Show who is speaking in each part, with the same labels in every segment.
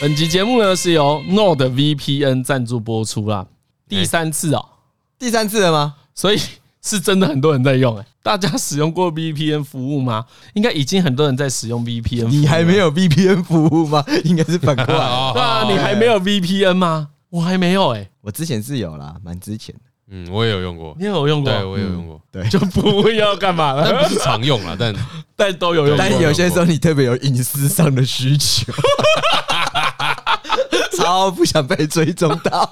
Speaker 1: 本集节目呢是由 Node VPN 赞助播出啦，第三次哦、
Speaker 2: 第三次了吗？
Speaker 1: 所以是真的很多人在用哎、大家使用过 VPN 服务吗？应该已经很多人在使用 VPN，服务
Speaker 2: 你还没
Speaker 1: 了？
Speaker 2: 有 VPN 服务吗？ 应该是反过 来。
Speaker 1: 对
Speaker 3: 啊
Speaker 1: 啊，你还没有 VPN 吗？我还没有哎、
Speaker 2: 我之前是有啦，蛮之前的。
Speaker 3: 嗯，我也有用过，
Speaker 1: 你有用过？
Speaker 3: 对我也有用过，
Speaker 2: 对，
Speaker 1: 就不要干嘛
Speaker 3: 但
Speaker 1: 了？
Speaker 3: 不是常用啦，但
Speaker 1: 但都有用过
Speaker 2: 但。有些时候你特别有隐私上的需 求，超不想被追踪到。，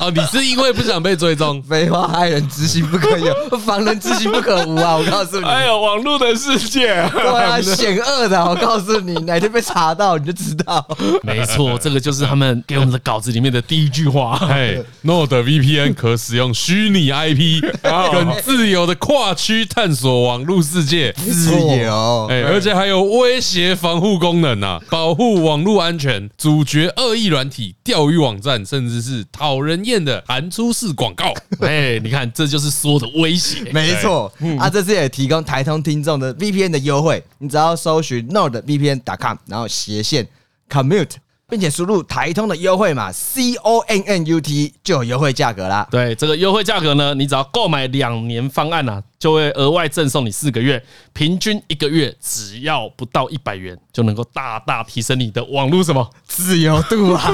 Speaker 3: 哦，你是因为不想被追踪
Speaker 2: 废话，害人之心不可有，防人之心不可无啊！我告诉 你，
Speaker 1: 哎呦，网络的世界，
Speaker 2: 对啊，险恶的，我告诉你，哪天被查到你就知道。
Speaker 1: 没错，这个就是他们给我们的稿子里面的第一句话。
Speaker 3: 哎，Node VPN 可使用虚拟 IP，更
Speaker 2: 哦
Speaker 3: 自由的跨区探索网络世界。
Speaker 2: 自由，
Speaker 3: 哎，而且还有威胁防护功能呐、啊，保护网络安全，阻绝恶意软体、钓鱼网站，甚至是讨人厌的弹出式广 告。
Speaker 1: 哎，你看，这就是说的威胁。
Speaker 2: 没错。啊，这次也提供台通听众的 VPN 的优惠，你只要搜寻 node vpn.com，然后斜线 commute，并且输入台通的优惠码 C O N N U T 就有优惠价 格啦。
Speaker 1: 对，这个优惠价格呢，你只要购买两年方案啊，就会额外赠送你四个月，平均一个月只要不到一百元，就能够大大提升你的网络 什么
Speaker 2: 自由度啊，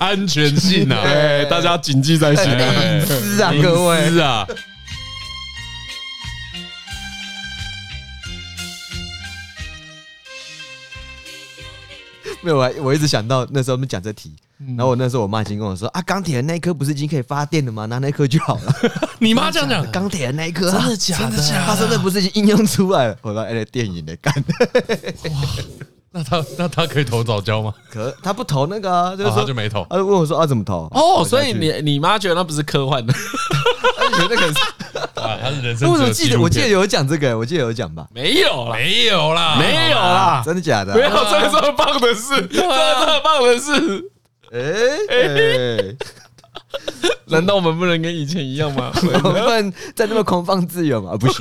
Speaker 3: 安全性啊，
Speaker 1: 哎，大家谨记在心。
Speaker 2: 隐私啊，各
Speaker 3: 隐
Speaker 2: 位。
Speaker 3: 私啊，
Speaker 2: 没有，我还我一直想到那时候我们讲这题。然后我那时候我妈已经跟我说啊，钢铁的那一颗不是已经可以发电了吗？拿那一颗就好了。
Speaker 3: 你妈这样 讲，
Speaker 2: 钢铁的那一颗啊、
Speaker 1: 真的假的
Speaker 2: 真的假的？它真的不是已经应用出来了？我说哎、电影的干，
Speaker 3: 那他那他可以投早教吗？
Speaker 2: 可他不投那个、啊，就是
Speaker 3: 哦
Speaker 2: 说、
Speaker 3: 他就没 投
Speaker 2: 他就问我说啊怎么投？
Speaker 1: 哦，所以你你妈觉得那不是科幻 的？
Speaker 2: 他就觉得那个是，
Speaker 3: 啊，他是人生。
Speaker 2: 我怎么记得我记得有讲这个、我记得有讲吧？
Speaker 1: 没有啦，
Speaker 3: 没有啦，
Speaker 2: 啊
Speaker 1: 没有啦，
Speaker 2: 真的假的
Speaker 1: 啊没有，这个这么棒的事，这个这么棒的事。
Speaker 2: 哎、欸
Speaker 1: 难道我们不能跟以前一样 吗？
Speaker 2: 我们在那么空放自由吗？啊不行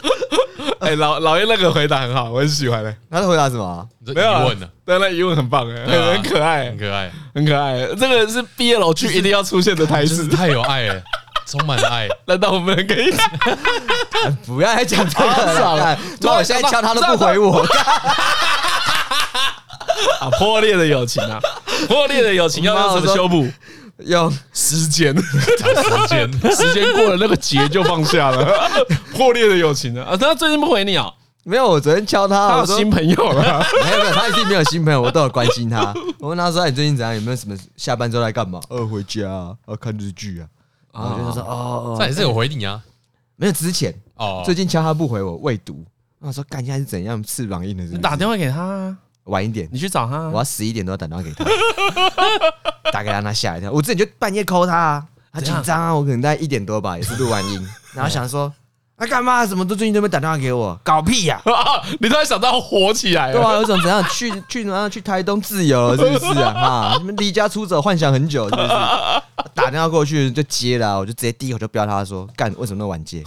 Speaker 2: 不 行，
Speaker 1: 哎、老老爷那个回答很好，我很喜欢嘞、欸
Speaker 2: 他的回答什么啊？
Speaker 3: 这
Speaker 1: 没有
Speaker 3: 疑问呢
Speaker 1: 啊，，对，那疑问很棒哎、
Speaker 3: 对啊
Speaker 1: 很很可爱、
Speaker 3: 很可爱，
Speaker 1: 很可爱、这个是毕业老去一定要出现的台
Speaker 3: 就是
Speaker 1: 词。
Speaker 3: 太有爱了，充满了爱。
Speaker 1: 难道我们可 以？
Speaker 2: 不要再讲这个
Speaker 1: 好 爽啊
Speaker 2: 了，如果我现在敲他都不回我，
Speaker 1: 啊，破裂的友情啊， 破裂的友情要用什么修补？
Speaker 2: 用
Speaker 1: 时 间，
Speaker 3: 时间，
Speaker 1: 时间过了那个结就放下了。 破裂的友情啊，啊，他最近不回你哦，
Speaker 2: 没有，我昨天敲他，
Speaker 1: 他有
Speaker 2: 我说
Speaker 1: 新朋友了。
Speaker 2: 没有没有，他已经没有新朋友，我都有关心他。我问他说：“哎你最近怎样？有没有什么下班之后在干嘛？”呃，回家啊，啊看日剧啊。然后我就说：“哦，
Speaker 3: 这也是有回你啊。
Speaker 2: 没有之前，
Speaker 3: 哦，
Speaker 2: 最近敲他不回我，未读。”我说：“干，现在是怎样？翅膀硬了是 不
Speaker 1: 你
Speaker 2: 是？
Speaker 1: 打电话给他啊，
Speaker 2: 晚一点，
Speaker 1: 你去找他
Speaker 2: 我
Speaker 1: 啊。
Speaker 2: 要十一点多打电话给他， 打给他，他吓一跳。我之前就半夜 call 他、啊，他紧张啊，我可能大概一点多吧，也是录完 音，然后想说。”他啊干嘛？什么都最近都没打电话给我，搞屁呀、
Speaker 1: 啊 你突然想到火起来
Speaker 2: 对
Speaker 1: 了，
Speaker 2: 啊，有种怎样去去哪去台东自由了是不是啊？哈，你们离家出走幻想很久是不是？打电话过去就接了啊、我就直接第一口就飙他说：“干，为什么那么晚接？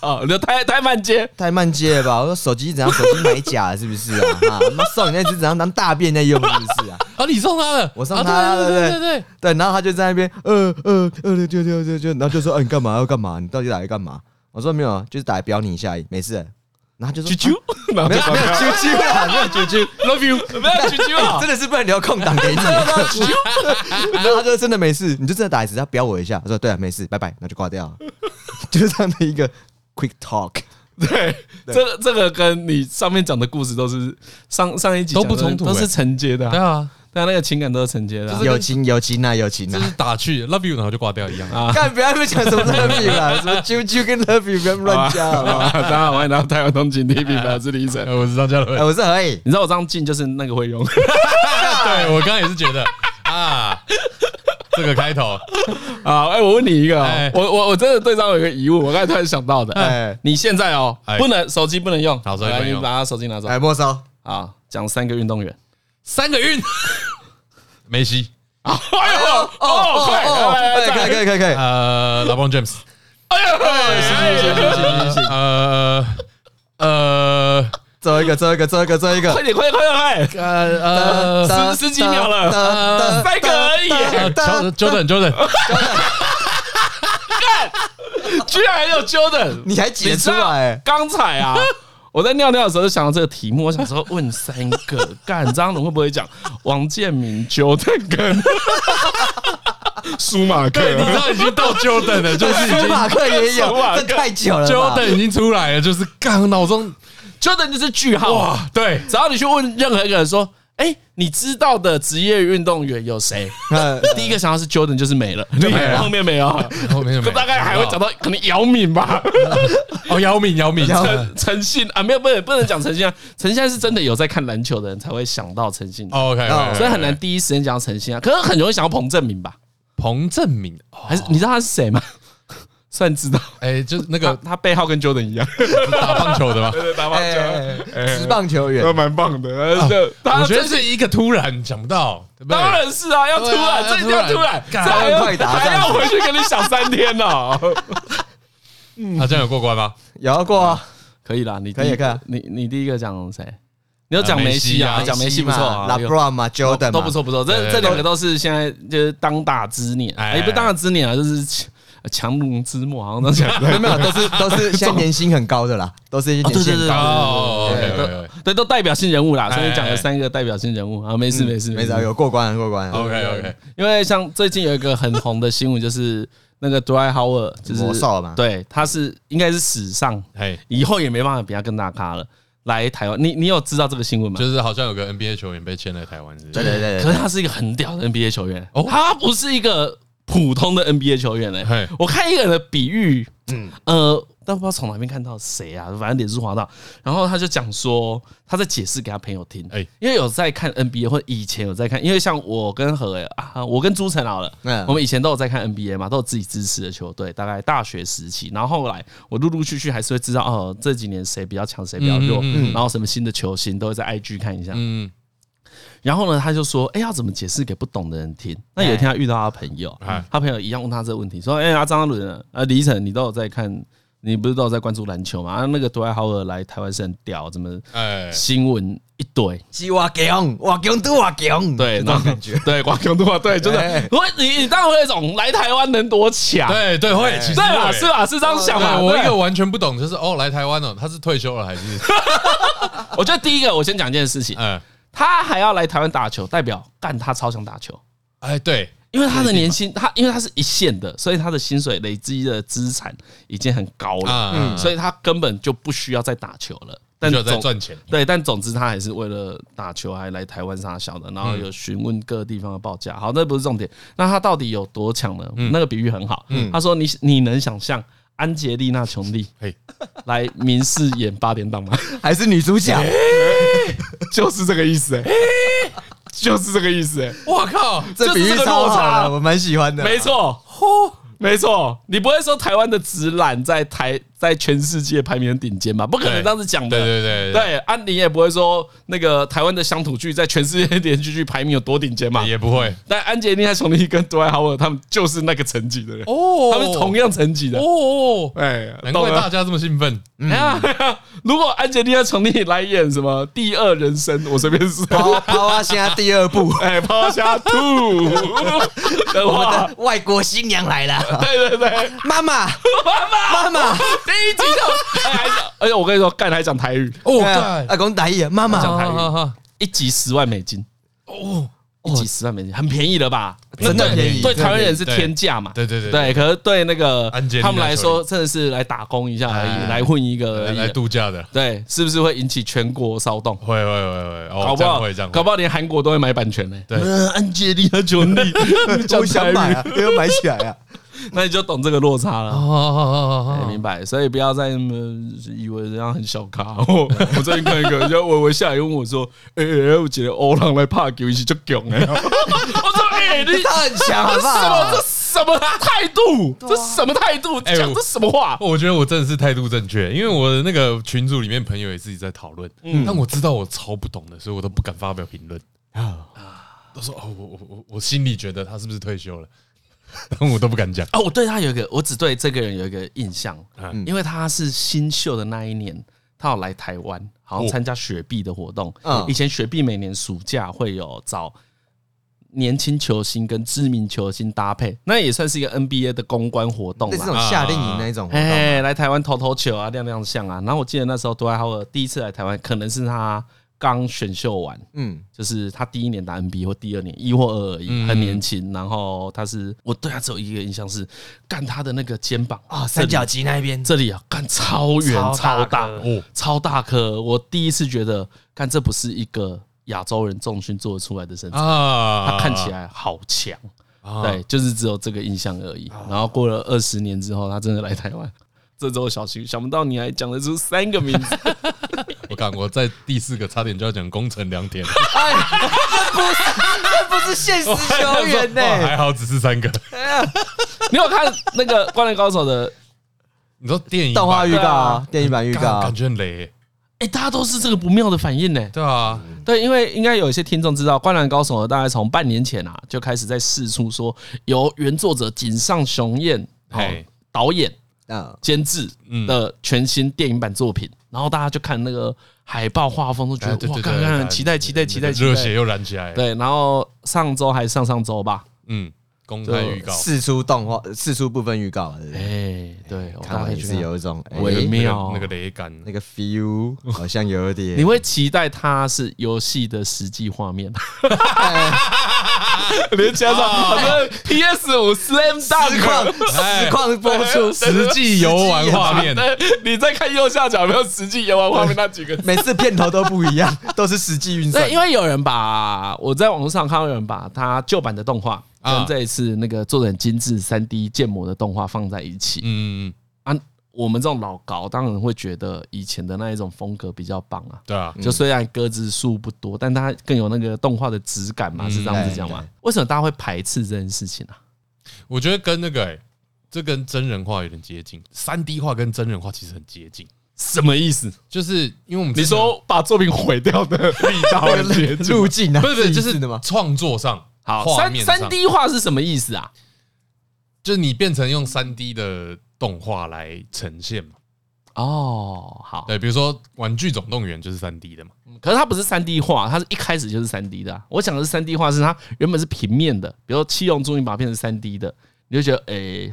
Speaker 1: 啊，你太太慢接。
Speaker 2: 太慢接了吧？”我说：“手机怎样？手机买假了是不是啊？哈，妈送你那只怎样当大便在用是不是啊
Speaker 3: 啊，你送他了，
Speaker 2: 我送他了
Speaker 3: 啊对对
Speaker 2: 对不
Speaker 3: 对对？”
Speaker 2: 对，然后他就在那边呃呃呃，就就就就，然后就说：“嗯、你干嘛要干嘛？你到底打来干嘛？”我说：“没有啊，就是打来飙你一下而已，没事。”然后他就说
Speaker 1: 啾：“啾，然后
Speaker 2: 没
Speaker 1: 就
Speaker 2: 有
Speaker 1: 走
Speaker 2: 没有
Speaker 1: 掉
Speaker 2: 啾啾啊，没有啾啾。”
Speaker 1: Love you，没 有啾啾啊
Speaker 2: 真，的是不能留空档给你。然后他就真的没事，你就真的打一次，他飙我一下，我说对啊，没事，拜拜，那就挂掉了，就是这样的一个 quick talk。
Speaker 1: 对，这个这个跟你上面讲的故事都是上上一集讲的
Speaker 3: 都不冲突
Speaker 1: 都
Speaker 3: 欸
Speaker 1: 是承接的、
Speaker 3: 对
Speaker 1: 啊，
Speaker 3: 啊，
Speaker 1: 但那个情感都是承接的啊、
Speaker 3: 这个
Speaker 2: 友情，友情啊，友情
Speaker 3: 就
Speaker 2: 啊！
Speaker 3: 是打去 love you，然后就挂掉一样啊。
Speaker 2: 干，不要再讲什么 love you 啦，什么啾啾跟 love you，不要乱加好不 好？
Speaker 1: 大家好，欢迎来到台湾东京 TV 百之旅程。
Speaker 3: 哎我是张嘉伦
Speaker 2: 哎，，我是何以，
Speaker 1: 你知道我这样进就是那个会用，
Speaker 3: 对我刚刚也是觉得 啊，这个开头
Speaker 1: 啊，哎，我问你一个、哦
Speaker 3: 哎，
Speaker 1: 我我我真的对这样有一个疑问，我刚才突然想到的，哎
Speaker 2: 哎，
Speaker 1: 你现在哦，
Speaker 3: 哎
Speaker 1: 不能手机不能用，
Speaker 3: 好手机不能
Speaker 1: 来
Speaker 3: 用
Speaker 1: 你把他手机拿走，
Speaker 2: 哎，没收，
Speaker 1: 啊，讲三个运动员，
Speaker 3: 三个运， 梅西，
Speaker 1: 啊，哎呦，哦，快，哎来来
Speaker 2: 哎，可以，
Speaker 1: 来
Speaker 2: 可以，可以，可以，
Speaker 3: 呃，LeBron James，
Speaker 1: 哎呦，
Speaker 3: 呃呃呃
Speaker 2: 最后一个，最后一个，最后一个，最后一
Speaker 1: 快
Speaker 2: 个，
Speaker 1: 点，快点，快点，
Speaker 3: 呃呃，
Speaker 1: 快！十十几秒了，
Speaker 2: 呃
Speaker 1: 三个而已，
Speaker 3: 呃，Jordan Jordan，
Speaker 1: 居然还有 Jordan，
Speaker 2: 你还解出来
Speaker 1: 你知道刚才 啊，我在尿尿的时候就想到这个题目，我想说问三个， 干张龙会不会讲王建民、Jordan 跟舒马克？
Speaker 3: 对，你知道已经到 Jordan 了，就是已
Speaker 2: 舒
Speaker 3: 经
Speaker 2: 马克也有
Speaker 1: 舒马，克
Speaker 2: 这太久了吧。
Speaker 3: Jordan 已经出来了，就是刚脑中
Speaker 1: Jordan 就是句号啊。
Speaker 3: 哇，对，
Speaker 1: 只要你去问任何一个人说，哎，你知道的职业运动员有 谁？
Speaker 2: 嗯
Speaker 1: 第一个想到是 Jordan，就是没 了，就没
Speaker 3: 没
Speaker 1: 了，
Speaker 3: 了
Speaker 1: 后面没 有。啊
Speaker 3: 后面
Speaker 1: 大概还会讲到可能姚敏吧，
Speaker 3: 哦，姚明姚明，
Speaker 2: 姚
Speaker 1: 陈陈信啊，没有不能不能讲陈信啊，陈信是真的有在看篮球的人才会想到陈信，
Speaker 3: OK，
Speaker 1: 所以很难第一时间讲到陈信啊，可是很容易想到彭正明吧？
Speaker 3: 彭正明，
Speaker 1: 还是你知道他是谁吗？ 算知道，
Speaker 3: 哦哎，就是那
Speaker 1: 他
Speaker 3: 个
Speaker 1: 他背号跟 Jordan 一样，
Speaker 3: 打棒球的吗？
Speaker 1: 打
Speaker 2: 哎哎哎职棒球员
Speaker 1: 都蛮棒的。呃就他
Speaker 3: 我觉得
Speaker 1: 这
Speaker 3: 是一个突然想不到，对不对？
Speaker 1: 当然是啊，要突
Speaker 3: 对啊
Speaker 1: 然，这一定要
Speaker 3: 要
Speaker 1: 突
Speaker 3: 突
Speaker 1: 然
Speaker 3: 然，
Speaker 1: 这
Speaker 3: 干
Speaker 1: 还要
Speaker 2: 快打
Speaker 1: 还
Speaker 2: 上
Speaker 1: 要回去跟你想三天呢。
Speaker 3: 他这样有过关吗？
Speaker 2: 有过啊，
Speaker 1: 可以啦，你
Speaker 2: 可以
Speaker 1: 第一
Speaker 2: 可以啊
Speaker 1: 你你第一个讲谁？你要讲
Speaker 3: 呃
Speaker 1: 梅西啊，
Speaker 3: 梅西啊
Speaker 1: 讲梅西不错啊
Speaker 2: 嘛
Speaker 1: 哎呦
Speaker 2: ，LeBron 嘛，Jordan
Speaker 1: 都不错不错，
Speaker 3: 对
Speaker 1: 这
Speaker 3: 对
Speaker 1: 这
Speaker 3: 对
Speaker 1: 两个都是现在就是当打之年，
Speaker 3: 哎
Speaker 1: 也不是当打之年啊，就是强强弩之末，好像都 讲
Speaker 2: 没有没有，都是都是现在年薪很高的啦，都是一些年薪很高的。
Speaker 3: 哦，OK
Speaker 1: 对，都代表性人物啦，
Speaker 3: 哎
Speaker 1: 所以讲了三个代表性人物啊，没事没事
Speaker 2: 没事啊，有过关有过关。
Speaker 3: OK OK，
Speaker 1: 因为像最近有一个很红的新闻，就是那个 Dwight Howard，就是
Speaker 2: 魔兽嘛
Speaker 1: 对，他是应该是史上
Speaker 3: 嘿，
Speaker 1: 以后也没办法比他更大咖了。来台湾，你你有知道这个新闻吗？
Speaker 3: 就是好像有个 NBA 球员被签来台湾，是不
Speaker 2: 对
Speaker 3: 是？
Speaker 2: 对对
Speaker 1: 可
Speaker 2: 对，
Speaker 1: 是他是一个很屌的 NBA 球员
Speaker 3: 哦，
Speaker 1: 他不是一个普通的 NBA 球员嘞、欸
Speaker 3: 嘿
Speaker 1: 我看一个人的比喻，嗯呃，但不知道从哪边看到谁啊，反正脸书滑到，然后他就讲说他在解释给他朋友听，
Speaker 3: 哎
Speaker 1: 因为有在看 NBA 或者以前有在看，因为像我跟何伟啊，我跟朱晨好了，
Speaker 2: 嗯
Speaker 1: 我们以前都有在看 NBA 嘛，都有自己支持的球队，大概大学时期，然后后来我陆陆续续还是会知道哦，这几年谁比较强，谁比较弱，
Speaker 3: 嗯嗯嗯
Speaker 1: 然后什么新的球星都会在 IG 看一下，
Speaker 3: 嗯，
Speaker 1: 然后呢，他就说：“哎、要怎么解释给不懂的人听？”那有一天他遇到他朋友
Speaker 3: 哎，
Speaker 1: 他朋友一样问他这个问题，说：“哎、阿张伦啊，呃，李晨，你都有在看，你不是都有在关注篮球吗？啊，那个杜埃豪尔来台湾是很屌，怎么
Speaker 3: 哎，
Speaker 1: 新闻一堆？
Speaker 2: 是瓦强，瓦强都瓦强，
Speaker 1: 对，
Speaker 2: 这
Speaker 1: 然
Speaker 2: 种
Speaker 1: 后
Speaker 2: 感觉。
Speaker 1: 对，广东的话，对，真
Speaker 2: 哎
Speaker 1: 的，我你你当然会有一种来台湾能多强，
Speaker 3: 对对会，其实
Speaker 1: 对吧？哎是吧？是这样啊想嘛？
Speaker 3: 对我一
Speaker 1: 对
Speaker 3: 个完全不懂，就是哦，来台湾哦，他是退休 了还是？
Speaker 1: 我觉得第一个，我先讲一件事情，
Speaker 3: 嗯，
Speaker 1: 他还要来台湾打球，代表干他超想打球。”
Speaker 3: 哎，对，
Speaker 1: 因为他的年薪，他因为他是一线的，所以他的薪水累积的资产已经很高了，
Speaker 3: 啊，
Speaker 1: 嗯所以他根本就不需要再打球了。但
Speaker 3: 就有在
Speaker 1: 总
Speaker 3: 赚钱，
Speaker 1: 对，但总之他还是为了打球还来台湾杀小的，然后有询问各地方的报价。好，那不是重点，那他到底有多强呢？那个比喻很好，他说你你能想象安杰丽娜琼丽
Speaker 3: 嘿，
Speaker 1: 来民视演八点档吗？
Speaker 2: 还是女主角，
Speaker 1: 就是这个意 思、欸，就是这个意思、欸，
Speaker 3: 我靠，
Speaker 1: 就
Speaker 2: 这比
Speaker 1: 是
Speaker 2: 喻
Speaker 1: 这个
Speaker 2: 超
Speaker 1: 落
Speaker 2: 好
Speaker 1: 差
Speaker 2: 的，我蛮喜
Speaker 3: 啊
Speaker 2: 欢的。
Speaker 1: 没错，没错，你不会说台湾的直男在台在全世界排名顶尖吧？不可能
Speaker 3: 对
Speaker 1: 这样子讲的。
Speaker 3: 对对对
Speaker 1: 对，啊，你也不会说那个台湾的乡土剧在全世界连续剧排名有多顶尖嘛？
Speaker 3: 也不会
Speaker 1: 但安杰丽娜·琼丽跟杜埃豪尔他们就是那个层级的人，
Speaker 3: 哦
Speaker 1: 他们是同样层级的。
Speaker 3: 哦，
Speaker 1: 哎，
Speaker 3: 难
Speaker 1: 懂
Speaker 3: 怪
Speaker 1: 了
Speaker 3: 大嗯家这么兴奋。
Speaker 1: 哎呀哎呀 如果安杰丽娜·琼丽来演什么《第二人生》，我随便说，
Speaker 3: 哦
Speaker 2: 抛抛啊，现在第二部，
Speaker 1: 哎，抛下兔 的
Speaker 2: 我
Speaker 1: 话
Speaker 2: 们，的外国新娘来了，
Speaker 1: 对对对。
Speaker 2: 妈妈，妈妈，妈妈，
Speaker 1: 第一集就，哎还讲而且我跟你说，干还讲台语，
Speaker 3: 哦，
Speaker 2: 对啊
Speaker 3: 干
Speaker 2: 阿公打野，妈
Speaker 1: 讲
Speaker 2: 妈，
Speaker 1: 台语
Speaker 3: 哈哈哈
Speaker 1: 一集十万美金，
Speaker 3: 哦，
Speaker 1: 一集十万美金，很便宜了吧？
Speaker 2: 真的便宜，
Speaker 1: 对
Speaker 2: 真的
Speaker 1: 台湾人是
Speaker 3: 对
Speaker 1: 天价嘛？
Speaker 3: 对对对
Speaker 1: 对，可是对那个
Speaker 3: 安吉丽娜
Speaker 1: 他们来说，真的是来打工一下而
Speaker 3: 哎
Speaker 1: 已，来混一个而
Speaker 3: 来来
Speaker 1: 已。
Speaker 3: 度假的，
Speaker 1: 对，是不是会引起全国骚动？
Speaker 3: 会会会会，哦
Speaker 1: 搞，不
Speaker 3: 这样
Speaker 1: 好
Speaker 3: 会这样，
Speaker 1: 搞不好连韩国都会买版权呢。
Speaker 3: 对
Speaker 1: 嗯，安吉丽娜·裘丽
Speaker 2: 我想买啊，要买起来啊，
Speaker 1: 那你就懂这个落差了
Speaker 3: 哦。哦
Speaker 1: 哎
Speaker 3: 哦哦
Speaker 1: 明白，所以不要再那么以为人家很小咖。 我我最近看一个，人家我我下来问我说：“哎、欸，我觉得欧浪来怕球一起就囧哎。” 我说：“哎、 你
Speaker 2: 他很强，好
Speaker 1: 这
Speaker 2: 不
Speaker 1: 什么这什
Speaker 2: 好？
Speaker 1: 么态度？这什么态度？
Speaker 3: 哎
Speaker 1: 讲
Speaker 3: 我
Speaker 1: 这什么话？”
Speaker 3: 我觉得我真的是态度正确，因为我的那个群组里面朋友也自己在讨论，
Speaker 1: 嗯
Speaker 3: 但我知道我超不懂的，所以我都不敢发表评论。
Speaker 1: 啊
Speaker 3: 都说哦，我我我我心里觉得他是不是退休了，但我都不敢讲。
Speaker 1: 哦，我对他有一个，我只对这个人有一个印象，
Speaker 3: 嗯
Speaker 1: 因为他是新秀的那一年，他有来台湾，好像参加雪碧的活动。
Speaker 2: 嗯
Speaker 1: 以前雪碧每年暑假会有找年轻球星跟知名球星搭配，那也算是一个 NBA 的公关活动
Speaker 2: 那这
Speaker 1: 啦。
Speaker 2: 种夏令营那一种活动，啊
Speaker 1: 哎，来台湾投投球啊，亮亮相啊。然后我记得那时候杜兰特第一次来台湾，可能是他刚选秀完，
Speaker 2: 嗯，
Speaker 1: 就是他第一年打 NBA 或第二年一或二而已，
Speaker 3: 嗯
Speaker 1: 很年轻。然后他是我对他只有一个印象是，干他的那个肩膀啊
Speaker 2: 哦，三角肌那一边，
Speaker 1: 这里啊，干超远超
Speaker 2: 超大
Speaker 1: 大
Speaker 2: 颗
Speaker 1: 哦，超大颗。我第一次觉得，干这不是一个亚洲人重训做得出来的身材，
Speaker 3: 啊
Speaker 1: 他看起来好强。
Speaker 3: 啊
Speaker 1: 对，就是只有这个印象而已。然后过了二十年之后，他真的来台湾。 这周小新，想不到你还讲得出三个名字，
Speaker 3: 我看我在第四个差点就要讲工程良田，
Speaker 2: 哎， 这不是这不是现实球员 呢、
Speaker 1: 欸
Speaker 3: 哇还好只是三个。
Speaker 1: 你有看那个《灌篮高手》的？
Speaker 3: 你说电影版
Speaker 2: 动画预告、
Speaker 1: 对
Speaker 2: 啊、电影版预
Speaker 3: 干
Speaker 2: 告、
Speaker 3: 感觉很雷欸，
Speaker 1: 哎，大家都是这个不妙的反应呢、
Speaker 3: 对啊，
Speaker 1: 对，因为应该有一些听众知道，《灌篮高手》呢，大概从半年前啊就开始在试出说，由原作者井上雄彦哦
Speaker 3: 嘿
Speaker 1: 导演
Speaker 2: 嗯，
Speaker 1: 监制的全新电影版作品，然后大家就看那个海报画风，都觉
Speaker 3: 哎对
Speaker 1: 得哇，
Speaker 3: 对
Speaker 1: 看
Speaker 3: 对，
Speaker 1: 看
Speaker 3: 对
Speaker 1: 期待期待期待
Speaker 3: 那个
Speaker 1: 期
Speaker 3: 热血
Speaker 1: 待。
Speaker 3: 又燃起来。，
Speaker 1: 对，然后上周还是上上周吧，
Speaker 3: 嗯，公开预告，
Speaker 2: 四出动画，四出部分预告啊嘛，对不对？
Speaker 1: 哎，对，我
Speaker 2: 看
Speaker 1: 大
Speaker 2: 完
Speaker 1: 概
Speaker 2: 也
Speaker 1: 觉
Speaker 2: 是
Speaker 1: 得
Speaker 2: 有一种哎、
Speaker 1: 我也没
Speaker 3: 那个
Speaker 1: 有
Speaker 3: 那个雷感，
Speaker 2: 那个 feel 好像有一点，
Speaker 1: 你会期待它是游戏的实际画面，
Speaker 2: 哎
Speaker 1: 连加上好像 PS 五 Slam Dunk 啊
Speaker 2: 实况实况播出，
Speaker 3: 哎实际游玩画面，
Speaker 1: 对，啊 你再看右下角有没有实际游玩画面那几个字？
Speaker 2: 每次片头都不一样， 都是实际运 算
Speaker 1: 对，。因为有人把我在网络上看到有人把他旧版的动画
Speaker 3: 啊
Speaker 1: 跟这一次那个做的很精致三 D 建模的动画放在一起
Speaker 3: 嗯，
Speaker 1: 啊，我们这种老高当然会觉得以前的那一种风格比较棒啊。
Speaker 3: 对啊，
Speaker 1: 就虽然鸽子数不多，但它更有那个动画的质感嘛，是这样子讲嘛？为什么大家会排斥这件事情啊？
Speaker 3: 我觉得跟那个欸这跟真人化有点接近，三 D 化跟真人化其实很接近，
Speaker 1: 什么意思？
Speaker 3: 就是因为我们
Speaker 1: 你
Speaker 3: 之前
Speaker 1: 说把作品毁掉的力道很接 近
Speaker 2: 路径啊，
Speaker 3: 不是 不是，就
Speaker 2: 一
Speaker 3: 是
Speaker 2: 致的吗？
Speaker 3: 创作上，
Speaker 1: 好，
Speaker 3: 画
Speaker 1: 三
Speaker 3: 面上
Speaker 1: 三 D 画是什么意思啊？
Speaker 3: 就是你变成用三 D 的动画来呈现嘛。
Speaker 1: 哦，好，
Speaker 3: 对，比如说《玩具总动员》就是三 D 的嘛，
Speaker 1: 可是它不是三 D 画，它是一开始就是三 D 的啊、我想的是三 D 画是它原本是平面的，比如说七龙珠，你把它变成三 D 的，你就觉得诶、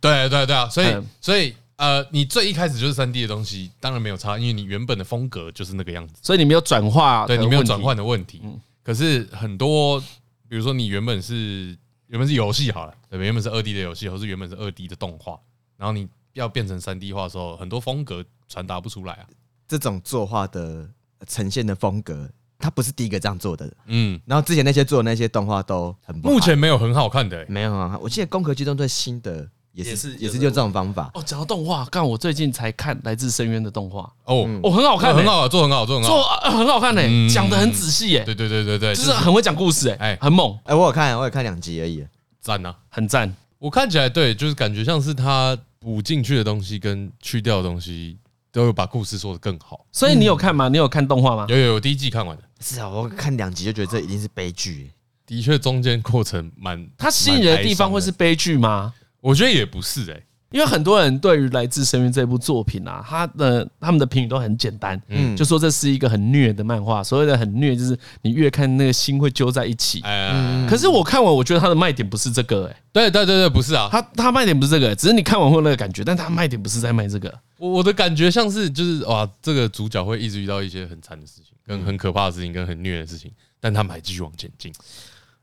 Speaker 3: 对对对啊，所以、
Speaker 1: 嗯
Speaker 3: 所以呃，你最一开始就是三 D 的东西，当然没有差，因为你原本的风格就是那个样子，
Speaker 1: 所以你没有转化，
Speaker 3: 对你没有转，换的啊问题。嗯可是很多，比如说你原本是原本是游戏好了，对不对？原本是二 D 的游戏，或是原本是二 D 的动画，然后你要变成三 D 化的时候，很多风格传达不出来啊。
Speaker 2: 这种作画的呃呈现的风格，他不是第一个这样做的。
Speaker 3: 嗯，
Speaker 2: 然后之前那些做的那些动画都很不好
Speaker 3: 目前没有很好看的、欸，
Speaker 2: 没有啊，我记得《攻壳机动队》新的也
Speaker 1: 也
Speaker 2: 是
Speaker 1: 是
Speaker 2: 也
Speaker 1: 有
Speaker 2: 是
Speaker 1: 这
Speaker 2: 用这种方法，
Speaker 1: 哦，讲到动画，干我最近才看《来自深渊》的动画，
Speaker 3: 哦，
Speaker 1: 哦，很好看、欸，
Speaker 3: 很好，做很好，做很好
Speaker 1: 做，呃很好看呢、
Speaker 3: 嗯
Speaker 1: 讲的很仔细耶、
Speaker 3: 对对对对对，
Speaker 1: 就
Speaker 3: 就是啊是
Speaker 1: 很会讲故事哎、
Speaker 3: 哎
Speaker 1: 很猛，
Speaker 2: 哎、我有看，我有看两集而已。
Speaker 3: 赞呐、啊。
Speaker 1: 很赞。
Speaker 3: 我看起来对，就是感觉像是他补进去的东西跟去掉的东西，都有把故事说得更好。
Speaker 1: 所以你有看吗？你有看动画吗？
Speaker 3: 有有有，第一季看完了，
Speaker 2: 是啊，我看两集就觉得这一定是悲剧。
Speaker 3: 的确中间过程蛮，
Speaker 1: 它吸引人的地方会是悲剧吗？
Speaker 3: 我觉得也不是哎、
Speaker 1: 因为很多人对于《来自深渊》这部作品啊，他的他们的评语都很简单，
Speaker 2: 嗯，
Speaker 1: 就说这是一个很虐的漫画。所谓的很虐，就是你越看那个心会揪在一起。
Speaker 3: 哎、
Speaker 2: 嗯
Speaker 1: 可是我看完，我觉得它的卖点不是这个、哎，
Speaker 3: 对对对对，不是啊，
Speaker 1: 它它卖点不是这个、只是你看完会有那个感觉，但它卖点不是在卖这个。
Speaker 3: 我我的感觉像是就是哇，这个主角会一直遇到一些很惨的事情，跟很可怕的事情，跟很虐的事情，但他们还继续往前进，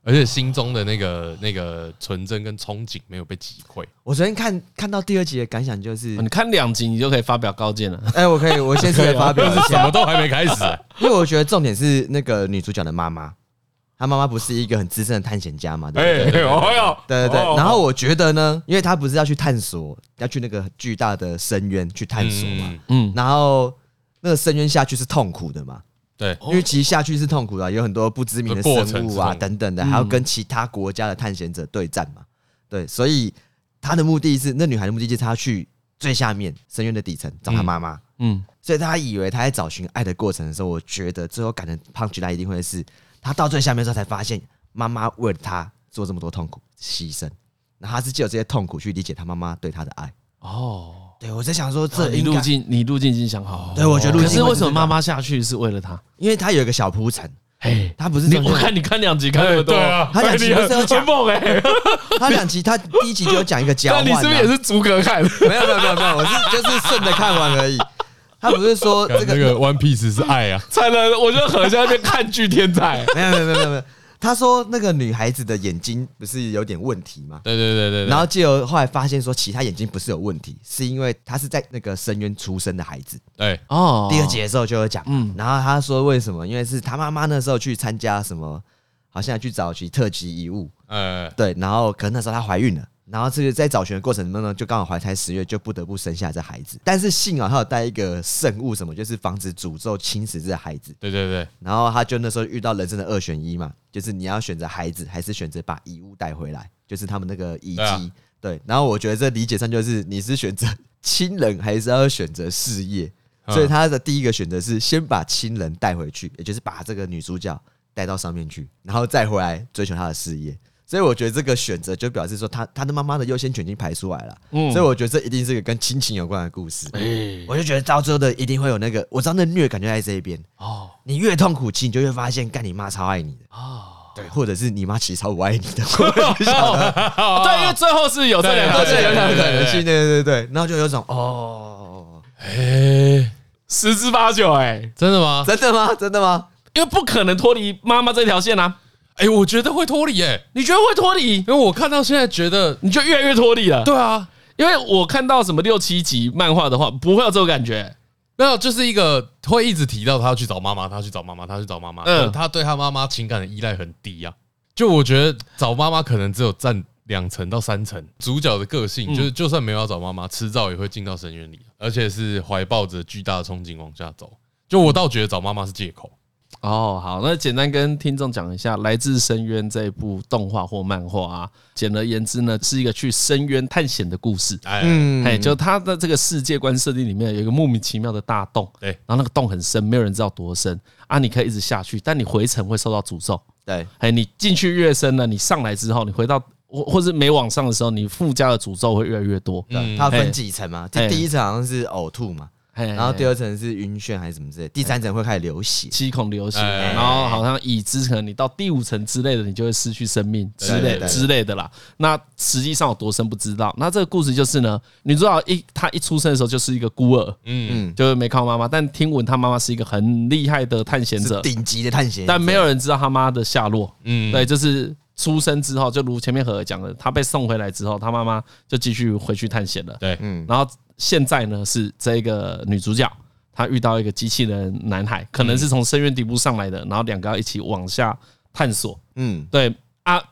Speaker 3: 而且心中的那个那个纯真跟憧憬没有被击溃。
Speaker 2: 我昨天看看到第二集的感想就是，
Speaker 3: 哦
Speaker 1: 你看两集，你就可以发表高见了。
Speaker 2: 哎、我可以，我先出来发表 一
Speaker 3: 什
Speaker 2: 下
Speaker 3: 么，都还没开始、欸，
Speaker 2: 因为我觉得重点是那个女主角的妈妈，她妈妈不是一个很资深的探险家嘛，对不对？
Speaker 3: 哎呦，
Speaker 2: 对对对
Speaker 3: 哦，
Speaker 2: 然后我觉得呢，因为她不是要去探索，要去那个巨大的深渊去探索嘛，
Speaker 3: 嗯
Speaker 1: 嗯，
Speaker 2: 然后那个深渊下去是痛苦的嘛，
Speaker 3: 对，
Speaker 2: 因为其实下去是痛苦的啊、有很多不知名的
Speaker 3: 哦过程
Speaker 2: 生物
Speaker 3: 是
Speaker 2: 啊
Speaker 3: 痛苦
Speaker 2: 等等的，还要跟其他国家的探险者对战嘛。对，所以她的目的是，那女孩的目的就是她要去最下面深渊的底层找她妈妈。
Speaker 1: 嗯，
Speaker 2: 所以她以为她在找寻爱的过程的时候，我觉得最后感人 punch line 一定会是，她到最下面的时候才发现，妈妈为了她做这么多痛苦牺牲，那她是借由这些痛苦去理解她妈妈对她的爱。
Speaker 1: 哦，
Speaker 2: 对，我在想说这
Speaker 1: 你
Speaker 2: 应
Speaker 1: 路
Speaker 2: 该，
Speaker 1: 径你路径已经想好了，哦
Speaker 2: 对我觉得路
Speaker 1: 可
Speaker 2: 径
Speaker 1: 是为什么妈
Speaker 2: 妈？
Speaker 1: 妈下去是为了他？
Speaker 2: 因为他有一个小铺陈，
Speaker 1: 嘿，
Speaker 2: 他不是
Speaker 1: 你
Speaker 2: 中
Speaker 1: 我
Speaker 2: 间
Speaker 1: 看你看两集看那么多，哎
Speaker 3: 对啊，
Speaker 2: 他两集不是有
Speaker 1: 很
Speaker 2: 讲，
Speaker 1: 猛 哎！
Speaker 2: 他两集他第一集就有讲一个交
Speaker 1: 那
Speaker 2: 换、
Speaker 1: 你是
Speaker 2: 啊，
Speaker 1: 不是也是逐格看？
Speaker 2: 没有没有没有没有，我是就是顺着看完而已。他不是说
Speaker 3: 干
Speaker 2: 这个
Speaker 3: 那个 One Piece 是爱 啊，
Speaker 1: 才能我就很像在看剧天才。
Speaker 2: 没有没有没有没有没有，他说那个女孩子的眼睛不是有点问题吗？
Speaker 3: 对对对对对，
Speaker 2: 然后借由后来发现说，其他眼睛不是有问题，是因为她是在那个深渊出生的孩子。
Speaker 3: 哎，
Speaker 1: 哦
Speaker 2: 第二集的时候就有讲，
Speaker 1: 嗯
Speaker 2: 嗯，然后他说为什么？因为是他妈妈那时候去参加什么，好像去找寻特级遗物，
Speaker 3: 呃，
Speaker 2: 对，然后可能那时候她怀孕了，然后这个在找寻的过程中呢，就刚好怀胎十月，就不得不生下这孩子。但是幸好她有带一个圣物，什么就是防止诅咒侵蚀这孩子。
Speaker 3: 对对对，
Speaker 2: 然后他就那时候遇到人生的二选一嘛，就是你要选择孩子，还是选择把遗物带回来，就是他们那个遗迹。
Speaker 3: 对啊
Speaker 2: 对，然后我觉得这理解上就是你是选择亲人，还是要选择事业？
Speaker 3: 嗯
Speaker 2: 所以他的第一个选择是先把亲人带回去，也就是把这个女主角带到上面去，然后再回来追求她的事业。所以我觉得这个选择就表示说他，他的妈妈的优先权已经排出来了。
Speaker 1: 嗯
Speaker 2: 所以我觉得这一定是一个跟亲情有关的故事。
Speaker 1: 哎
Speaker 2: 我就觉得到最后的一定会有那个，我知道那虐感就在这一边。
Speaker 1: 哦
Speaker 2: 你越痛苦，其实你就越发现，干你妈超爱你的，
Speaker 1: 哦，
Speaker 2: 对，或者是你妈其实超不爱你的，我不晓得，
Speaker 1: 对，因为最后是有这两个
Speaker 3: 对
Speaker 2: 这
Speaker 1: 是
Speaker 2: 有
Speaker 1: 有
Speaker 2: 两
Speaker 1: 两
Speaker 2: 个
Speaker 1: 个
Speaker 2: 可能
Speaker 1: 人
Speaker 2: 性，对对对，然后就有一种哦，
Speaker 3: 哎，
Speaker 1: 十之八九哎，
Speaker 3: 真的吗？
Speaker 2: 真的吗？真的吗？
Speaker 1: 因为不可能脱离妈妈这条线啊。
Speaker 3: 哎，我觉得会脱离哎，
Speaker 1: 你觉得会脱离，
Speaker 3: 因为我看到现在觉得，
Speaker 1: 你就越来越脱离了。
Speaker 3: 对啊，
Speaker 1: 因为我看到什么六七集漫画的话，不会有这种感觉。
Speaker 3: 没有，就是一个会一直提到他要去找妈妈，他去找妈妈，他去找妈妈。
Speaker 1: 嗯
Speaker 3: 嗯，他对他妈妈情感的依赖很低啊。就我觉得找妈妈可能只有占两成到三成。主角的个
Speaker 2: 嗯
Speaker 3: 性就是，就算没有要找妈妈，迟早也会进到深渊里，而且是怀抱着巨大的憧憬往下走。就我倒觉得找妈妈是借口。
Speaker 1: 哦，好，那简单跟听众讲一下，《来自深渊》这一部动画或漫画啊，简而言之呢，是一个去深渊探险的故事。
Speaker 3: 哎，
Speaker 2: 嗯
Speaker 1: 哎，就它的这个世界观设定里面有一个莫名其妙的大洞，
Speaker 3: 对
Speaker 1: 然后那个洞很深，没有人知道多深啊，你可以一直下去，但你回程会受到诅咒。
Speaker 2: 对，
Speaker 1: 哎，你进去越深呢，你上来之后，你回到或或是没往上的时候，你附加的诅咒会越来越多。
Speaker 2: 对，啊
Speaker 3: 嗯
Speaker 2: 它分几层嘛？
Speaker 1: 哎
Speaker 2: 第第一层好像是呕吐嘛，
Speaker 1: 哎，
Speaker 2: 然后第二层是晕眩还是什么之类，第三层会开始流血，
Speaker 1: 七孔流血，
Speaker 3: 哎
Speaker 1: 然后好像已知可能你到第五层之类的，你就会失去生命之
Speaker 2: 对
Speaker 1: 类
Speaker 2: 对对
Speaker 1: 之类的啦。那实际上有多深不知道。那这个故事就是呢，女主角一她一出生的时候就是一个孤儿，
Speaker 3: 嗯，
Speaker 2: 嗯，
Speaker 1: 就是没看到妈妈，但听闻她妈妈是一个很厉害的探险
Speaker 2: 是
Speaker 1: 者，
Speaker 2: 顶级的探险，
Speaker 1: 但没有人知道她妈的下落。
Speaker 3: 嗯
Speaker 1: 对，就是出生之后，就如前面何尔讲的，她被送回来之后，她妈妈就继续回去探险了。
Speaker 3: 对，
Speaker 2: 嗯
Speaker 1: 然后现在呢是这个女主角，她遇到一个机器人男孩，可能是从深渊底部上来的，然后两个要一起往下探索。
Speaker 2: 嗯，
Speaker 1: 对啊，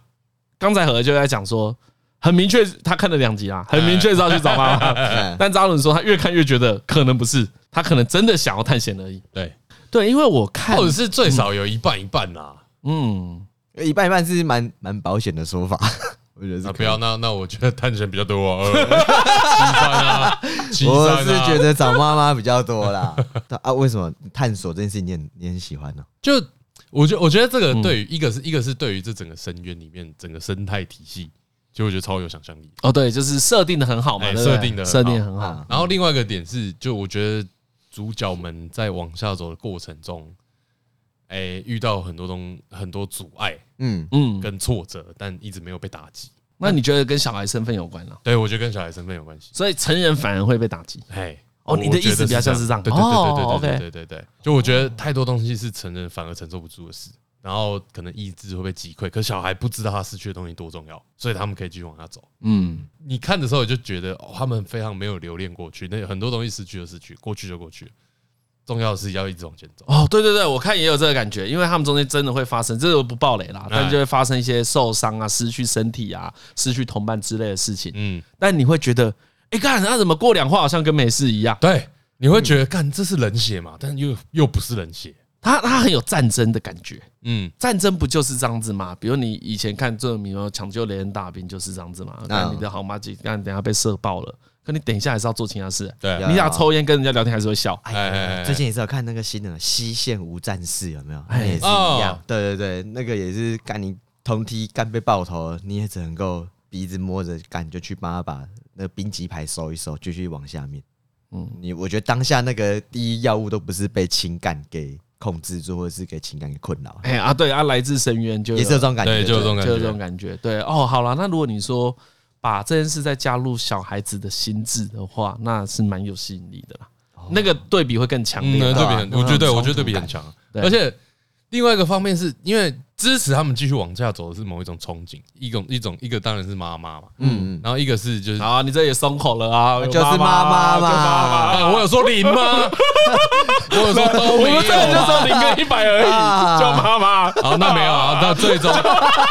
Speaker 1: 刚才何就在讲说，很明确，他看了两集啊，很明确是要去找妈妈。
Speaker 2: 哎
Speaker 1: 但扎伦说他越看越觉得可能不是，他可能真的想要探险而已。
Speaker 3: 对，
Speaker 1: 对，因为我看
Speaker 3: 或，者是最少有一半一半啦、啊。
Speaker 1: 嗯，
Speaker 2: 一半一半是蛮蛮保险的说法， 我觉得是
Speaker 3: 啊，
Speaker 2: 可
Speaker 3: 不
Speaker 2: 以。
Speaker 3: 要，那那我觉得探险比较多、 啊，呃七三啊，七三
Speaker 2: 我
Speaker 3: 啊，
Speaker 2: 是觉得找妈妈比较多啦。 啊，为什么探索这件事情你很你很喜欢呢？
Speaker 3: 就我觉我觉得这个对于一个是一个是对于这整个深渊里面整个生态体系，就我觉得超有想象力。
Speaker 1: 哦，对，就是设定的很好嘛，
Speaker 3: 哎
Speaker 1: 对不对
Speaker 3: 设定得很好
Speaker 1: 设定得很好
Speaker 2: 啊。
Speaker 3: 然后另外一个点是，就我觉得主角们在往下走的过程中，哎、遇到很多东很多阻碍
Speaker 2: 嗯，
Speaker 1: 嗯，
Speaker 3: 跟挫折，但一直没有被打击。
Speaker 1: 那你觉得跟小孩身份有关了？
Speaker 3: 对我觉得跟小孩身份有关系。
Speaker 1: 所以成人反而会被打击。
Speaker 3: 哎，
Speaker 1: 哦你的意思比较像是这样
Speaker 3: 对
Speaker 1: 哦
Speaker 3: 对对对对对
Speaker 1: OK
Speaker 3: 对对对对，就我觉得太多东西是成人反而承受不住的事，然后可能意志会被击溃，可小孩不知道他失去的东西多重要，所以他们可以继续往下走。
Speaker 1: 嗯，
Speaker 3: 你看的时候就觉得哦，他们非常没有留恋过去，那很多东西失去就失去，过去就过去了，重要的是要一直往前走。
Speaker 1: 哦，对对对，我看也有这个感觉，因为他们中间真的会发生，这个不暴雷啦，但就会发生一些受伤啊、失去身体啊、失去同伴之类的事情。
Speaker 3: 嗯，
Speaker 1: 但你会觉得，哎，干，那怎么过两话好像跟没事一样？
Speaker 3: 对，你会
Speaker 1: 嗯
Speaker 3: 觉得干、这是冷血嘛，但又又不是冷血。
Speaker 1: 他他很有战争的感觉，
Speaker 3: 嗯，
Speaker 1: 战争不就是这样子吗？比如你以前看《最有名的抢救雷恩大兵》就是这样子嘛，那你的好妈鸡，干等一下被射爆了，可你等一下还是要做其他事，
Speaker 3: 对啊
Speaker 2: 要
Speaker 1: 你俩抽烟跟人家聊天还是会笑。
Speaker 2: 哎
Speaker 3: 哎哎哎
Speaker 2: 呀，最近也是有看那个新的《西线无战事》，有没有？那也是一
Speaker 3: 哦
Speaker 2: 样，对对对，那个也是干你通梯干被爆头，你也只能够鼻子摸着，感觉去帮他把那个冰级牌收一收，继续往下面。嗯，你我觉得当下那个第一要务都不是被情感给控制住，或者是给情感给困扰，
Speaker 1: 哎啊，对啊，来自深渊就
Speaker 2: 也是有这种感觉，
Speaker 3: 对就有这种感
Speaker 1: 就
Speaker 3: 觉
Speaker 1: 有这种感觉。对哦，好了，那如果你说把这件事再加入小孩子的心智的话，那是蛮有吸引力的啦。那个对比会更强
Speaker 3: 嗯，
Speaker 1: 烈啊。
Speaker 3: 那对比很，我觉得我觉得对比
Speaker 2: 感
Speaker 3: 很强，啊
Speaker 1: 对
Speaker 3: 而且另外一个方面是因为支持他们继续往下走的是某一种憧憬，一种一种一个当然是妈妈嘛，
Speaker 2: 嗯嗯，
Speaker 3: 然后一个是就是
Speaker 1: 好，你这也松口了啊，
Speaker 2: 就是妈妈
Speaker 1: 有
Speaker 2: 嘛
Speaker 1: 就哎
Speaker 3: 啊，我有说零吗？ 我有说都
Speaker 1: 我
Speaker 3: 没
Speaker 1: 们这个
Speaker 3: 有
Speaker 1: 就
Speaker 3: 啊。
Speaker 1: 说零跟一百而
Speaker 2: 啊
Speaker 1: 已，就妈妈。
Speaker 3: 好，那没有啊，那最终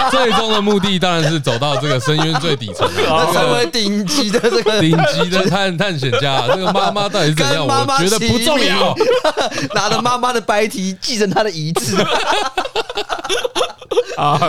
Speaker 3: 最终的目的当然是走到这个深渊最底层啊，
Speaker 2: 那成为顶级的这个
Speaker 3: 顶级的探探险家啊。这个妈妈到底是怎样？
Speaker 2: 跟妈
Speaker 3: 我
Speaker 2: 妈
Speaker 3: 觉得不重要。
Speaker 2: 拿着妈妈的白题继承她的遗 志，
Speaker 3: 嗯
Speaker 1: 啊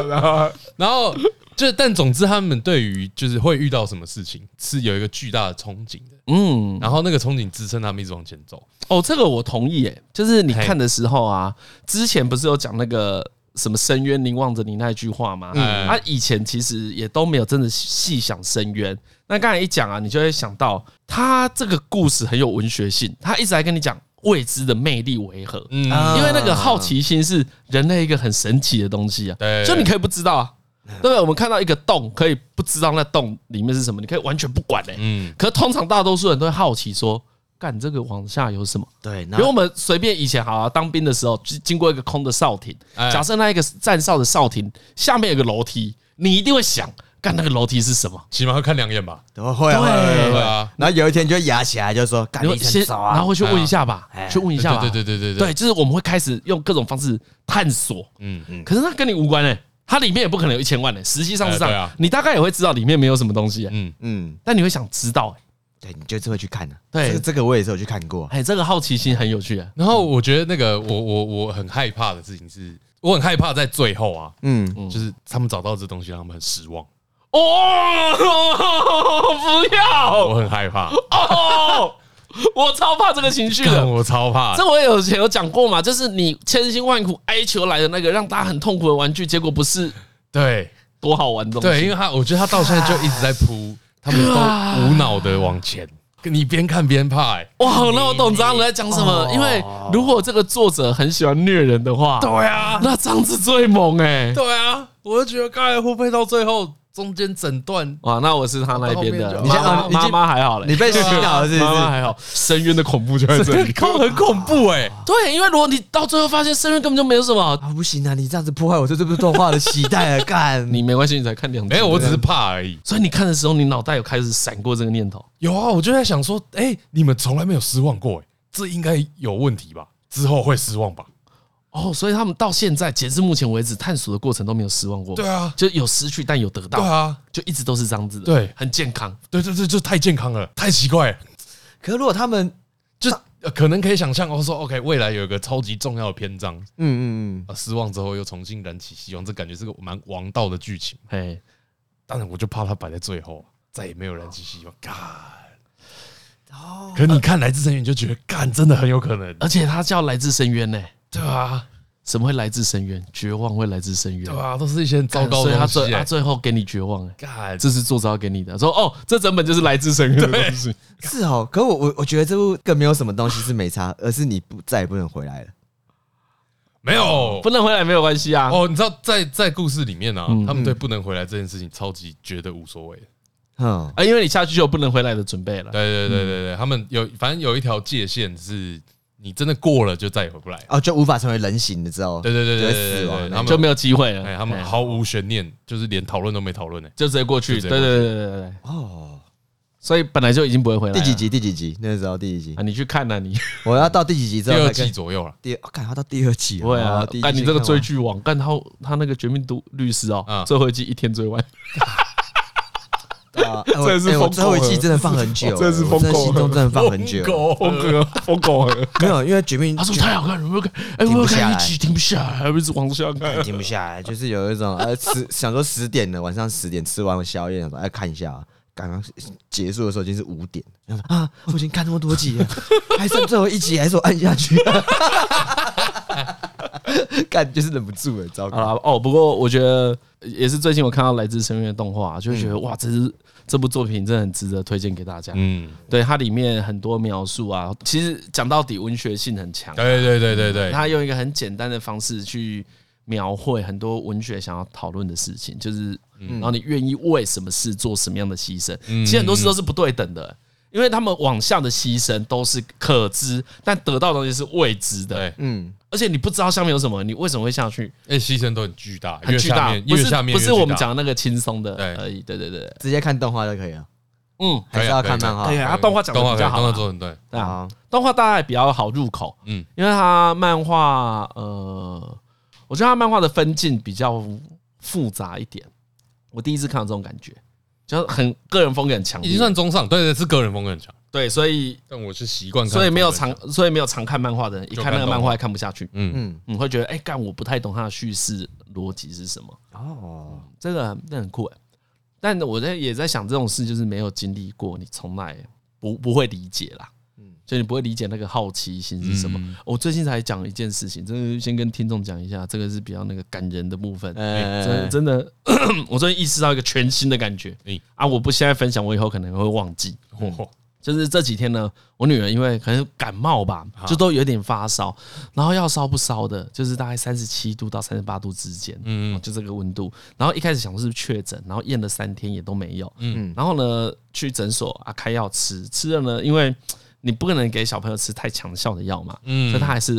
Speaker 3: 然后就，但总之，他们对于就是会遇到什么事情，是有一个巨大的憧憬的。
Speaker 1: 嗯，
Speaker 3: 然后那个憧憬支撑他们一直往前走。
Speaker 1: 哦，这个我同意诶，就是你
Speaker 3: 嘿
Speaker 1: 看的时候啊，之前不是有讲那个什么深渊凝望着你那一句话吗？
Speaker 3: 嗯
Speaker 1: 啊，以前其实也都没有真的细想深渊。那刚才一讲啊，你就会想到他这个故事很有文学性，他一直在跟你讲未知的魅力为何，
Speaker 3: 嗯，
Speaker 2: 啊
Speaker 1: 因为那个好奇心是人类一个很神奇的东西啊，
Speaker 3: 对
Speaker 1: 就你可以不知道啊，对不对？我们看到一个洞，可以不知道那洞里面是什么，你可以完全不管嘞、
Speaker 3: 嗯，
Speaker 1: 可通常大多数人都会好奇说，干这个往下有什么？
Speaker 2: 对，
Speaker 1: 比如我们随便以前好啊，当兵的时候经经过一个空的哨亭，
Speaker 3: 哎
Speaker 1: 假设那一个站哨的哨亭下面有个楼梯，你一定会想，干那个楼梯是什么？
Speaker 3: 起码会看两眼吧。
Speaker 2: 都会啊会
Speaker 1: 对
Speaker 2: 啊会啊
Speaker 3: 对
Speaker 2: 会啊，
Speaker 3: 啊，
Speaker 2: 然后有一天就会压起来，就说干
Speaker 1: 你
Speaker 2: 你
Speaker 1: 会
Speaker 2: 先
Speaker 1: 先，
Speaker 2: 走
Speaker 1: 然
Speaker 2: 啊
Speaker 1: 后，会去问一下吧
Speaker 2: 哎，
Speaker 1: 去问一
Speaker 3: 对
Speaker 1: 下吧。
Speaker 3: 对对对对
Speaker 1: 对，，就是我们会开始用各种方式探索，
Speaker 3: 嗯，
Speaker 1: 可是那跟你无关哎、它里面也不可能有一千万哎、实际上是这
Speaker 3: 哎对
Speaker 1: 样
Speaker 3: 啊，
Speaker 1: 你大概也会知道里面没有什么东西、欸，
Speaker 3: 嗯，
Speaker 2: 嗯，
Speaker 1: 但你会想知道
Speaker 2: 对，你就是会去看的，啊
Speaker 1: 对
Speaker 2: 这个这个我也是有去看过
Speaker 1: 哎、，哎，这个好奇心很有趣、欸，
Speaker 3: 然后我觉得那个我我我很害怕的事情是，我很害怕在最后啊，
Speaker 2: 嗯，
Speaker 3: 就是他们找到这东西，让他们很失望。
Speaker 1: 哦，不要
Speaker 3: 我很害怕，
Speaker 1: 哦，我超怕这个情绪的
Speaker 3: 干。我超怕。
Speaker 1: 这我也有前有讲过嘛，就是你千辛万苦哀求来的那个让大家很痛苦的玩具，结果不是
Speaker 3: 对
Speaker 1: 多好玩的东西。啊
Speaker 3: 对，因为他我觉得他到现在就一直在扑，他们都无脑的往前，你边看边怕。哎
Speaker 1: 哇，那我懂张伦在讲什么，因为如果这个作者很喜欢虐人的话，对啊，那张是最猛哎、
Speaker 3: 对啊，我就觉得刚才会不会到最后中间整段
Speaker 1: 哇，那我是他那一边的，
Speaker 3: 你
Speaker 2: 先
Speaker 1: 妈
Speaker 2: 啊你
Speaker 1: 妈
Speaker 2: 先
Speaker 1: 妈还好嘞，
Speaker 2: 你被洗脑了是 不
Speaker 1: 妈妈
Speaker 2: 是？
Speaker 1: 还好，深渊的恐怖就在这里。
Speaker 3: 恐很恐怖哎、
Speaker 1: 对，因为如果你到最后发现深渊根本就没有什么，
Speaker 2: 啊，不行啊！你这样子破坏我对这部动画的期待啊！ 干
Speaker 1: 你没关系，你才看两集
Speaker 3: 没有，我只是怕而已。
Speaker 1: 所以你看的时候，你脑袋有开始闪过这个念头。
Speaker 3: 有啊，我就在想说，哎、你们从来没有失望过、哎，这应该有问题吧？之后会失望吧？
Speaker 1: 哦，所以他们到现在，截至目前为止，探索的过程都没有失望过。
Speaker 3: 对啊
Speaker 1: 就有失去，但有得
Speaker 3: 对
Speaker 1: 到，
Speaker 3: 啊，
Speaker 1: 就一直都是这样子的。
Speaker 3: 对
Speaker 1: 很健康。
Speaker 3: 对对对，就太健康了，太奇怪了，
Speaker 2: 可如果他们，
Speaker 3: 就、呃可能可以想象，我说 OK，未来有一个超级重要的篇章，
Speaker 2: 嗯嗯
Speaker 3: 啊，失望之后又重新燃起希望，这感觉是个蛮王道的剧情。
Speaker 1: 哎，
Speaker 3: 当然，我就怕它摆在最后，再也没有燃起希望。干，可你看《来自深渊》，你就觉得干真的很有可能，
Speaker 1: 而且它叫来自深渊呢。
Speaker 3: 对啊，
Speaker 1: 什么会来自深渊？绝望会来自深渊。
Speaker 3: 对啊，都是一些很糟糕
Speaker 1: 所以
Speaker 3: 的
Speaker 1: 他
Speaker 3: 东西、
Speaker 1: 最他
Speaker 3: 欸。
Speaker 1: 最后给你绝望，哎，
Speaker 3: 干，
Speaker 1: 这是作者要给你的。说哦，这整本就是来自深渊的东西。
Speaker 2: 嗯，是哦。可我我我觉得这部更没有什么东西是没差，而是你不再也不能回来了。
Speaker 3: 没有
Speaker 1: 不能回来没有关系啊。嗯
Speaker 3: 哦，你知道在在故事里面啊，他们对不能回来这件事情超级觉得无所谓的。
Speaker 2: 哼，
Speaker 1: 啊，因为你下去就有不能回来的准备了。
Speaker 3: 对对对对
Speaker 1: 嗯
Speaker 3: 对，他们有反正有一条界限是，你真的过了就再也回不来。
Speaker 2: 哦，就无法成为人形了之后，
Speaker 3: 对对对对
Speaker 2: 就会
Speaker 3: 对
Speaker 2: 死
Speaker 3: 对
Speaker 2: 亡
Speaker 3: 对，
Speaker 2: 那
Speaker 3: 他
Speaker 1: 哦就没
Speaker 3: 们
Speaker 1: 有机会了。
Speaker 3: 哎，他们
Speaker 1: 哎
Speaker 3: 毫无悬念，就是连讨论都没讨论哎呢。
Speaker 1: 就直接过去。
Speaker 3: 就直接
Speaker 1: 对
Speaker 3: 过
Speaker 1: 对
Speaker 3: 去
Speaker 1: 对对对对，
Speaker 2: 哦，
Speaker 1: 所以本来就已经不会回来了。
Speaker 2: 第几集？第几集？那时候第几集
Speaker 1: 啊？？你去看呐，你
Speaker 2: 我要到第几集之
Speaker 3: 第
Speaker 2: 后
Speaker 3: 二
Speaker 2: 才可以
Speaker 3: 季左右了
Speaker 2: 第二，看他到第二季了，
Speaker 1: 不会啊
Speaker 2: 哦第一？季
Speaker 1: 干你这个
Speaker 2: 看完
Speaker 1: 追剧网，干他他那个《绝命毒律师》哦
Speaker 3: 嗯，
Speaker 1: 最后一季一天追 完，
Speaker 2: 啊，哎
Speaker 1: 真
Speaker 2: 我
Speaker 1: 的是
Speaker 2: 哎
Speaker 1: 疯
Speaker 2: 我
Speaker 1: 狗
Speaker 2: 最后一季
Speaker 1: 了哦
Speaker 2: 真的放很久，
Speaker 1: 真的是
Speaker 2: 哎我
Speaker 1: 疯
Speaker 2: 真的
Speaker 1: 狗
Speaker 2: 心中真的放很久，
Speaker 1: 狗哥， 疯狗哥。
Speaker 2: 没有，因为绝命
Speaker 1: 他说太好看了，我又 看，哎，
Speaker 2: 停不
Speaker 1: 我又
Speaker 2: 下
Speaker 1: 看
Speaker 2: 来
Speaker 1: 一集停不下来，还不是往下 看。
Speaker 2: 停不下来，就是有一种呃吃想说十点了，晚上十点吃完宵夜，想说哎看一下，刚刚结束的时候已经是五点，然后说啊我已经看那么多集了，还剩最后一集，还是我按下去， 干就是忍不住了，糟
Speaker 1: 好
Speaker 2: 糕。
Speaker 1: 啦，哦，不过我觉得也是最近我看到《来自深渊》的动画，就会觉
Speaker 2: 嗯
Speaker 1: 得、哇，这是这部作品真的很值得推荐给大家。
Speaker 3: 嗯，
Speaker 1: 对它里面很多描述啊，其实讲到底文学性很强，
Speaker 3: 对对对对对，
Speaker 1: 它用一个很简单的方式去描绘很多文学想要讨论的事情，就是
Speaker 3: 嗯
Speaker 1: 然后你愿意为什么事做什么样的牺牲，其实很多事
Speaker 3: 嗯
Speaker 1: 都是不对等的。因为他们往下的牺牲都是可知，但得到的东西是未知的
Speaker 3: 对。
Speaker 1: 嗯，而且你不知道下面有什么，你为什么会下去？
Speaker 3: 哎，牺牲都很巨大，
Speaker 1: 很
Speaker 3: 越
Speaker 1: 巨
Speaker 3: 下
Speaker 1: 大，
Speaker 3: 面
Speaker 1: 不
Speaker 3: 越
Speaker 1: 是
Speaker 3: 下面
Speaker 1: 不是
Speaker 3: 越巨大
Speaker 1: 我们讲的那个轻松的
Speaker 3: 对
Speaker 1: 而已。对对对，
Speaker 2: 直接看动画就可以了，
Speaker 1: 嗯，
Speaker 3: 可
Speaker 2: 还是
Speaker 3: 以啊
Speaker 2: 要看
Speaker 3: 可以
Speaker 2: 漫画
Speaker 1: 对。啊，它动画讲的
Speaker 3: 动画
Speaker 1: 比
Speaker 3: 可以
Speaker 1: 较好
Speaker 3: 动画
Speaker 1: 啊，
Speaker 3: 做得很对，
Speaker 1: 对啊，
Speaker 2: 好，
Speaker 1: 动画大家也比较好入口，
Speaker 3: 嗯，
Speaker 1: 因为它漫画呃，我觉得它漫画的分镜比较复杂一点，我第一次看到这种感觉，就很个人风格很强
Speaker 3: 已经
Speaker 1: 烈，
Speaker 3: 算中上，对对，是个人风格很强，
Speaker 1: 对，所以
Speaker 3: 但我是习惯看，
Speaker 1: 所以没有常，所以没有常看漫画的人，一
Speaker 3: 就
Speaker 1: 看那
Speaker 3: 看
Speaker 1: 个
Speaker 3: 动
Speaker 1: 漫
Speaker 3: 画
Speaker 1: 画也看不下去，
Speaker 3: 嗯，
Speaker 2: 嗯，
Speaker 1: 你会觉得哎，干我不太懂它的叙事逻辑是什么。
Speaker 2: 哦，
Speaker 1: 这个那很酷哎。但我在也在想，这种事就是没有经历过，你从来不不会理解啦。嗯，所以你不会理解那个好奇心是什么。我最近才讲一件事情，这个先跟听众讲一下，这个是比较那个感人的部分。
Speaker 2: 呃
Speaker 1: 真真的， 我最近意识到一个全新的感觉
Speaker 3: 嗯。
Speaker 1: 啊，我不现在分享，我以后可能会忘记。
Speaker 3: 嚯
Speaker 1: 就是这几天呢，我女儿因为可能感冒吧，就都有点发烧，然后要烧不烧的，就是大概三十七度到三十八度之间，嗯，就这个温度。然后一开始想是不是确诊，然后验了三天也都没有，嗯，然后呢去诊所啊开药吃，吃了呢，因为你不可能给小朋友吃太强效的药嘛，
Speaker 3: 嗯
Speaker 1: 所以他还是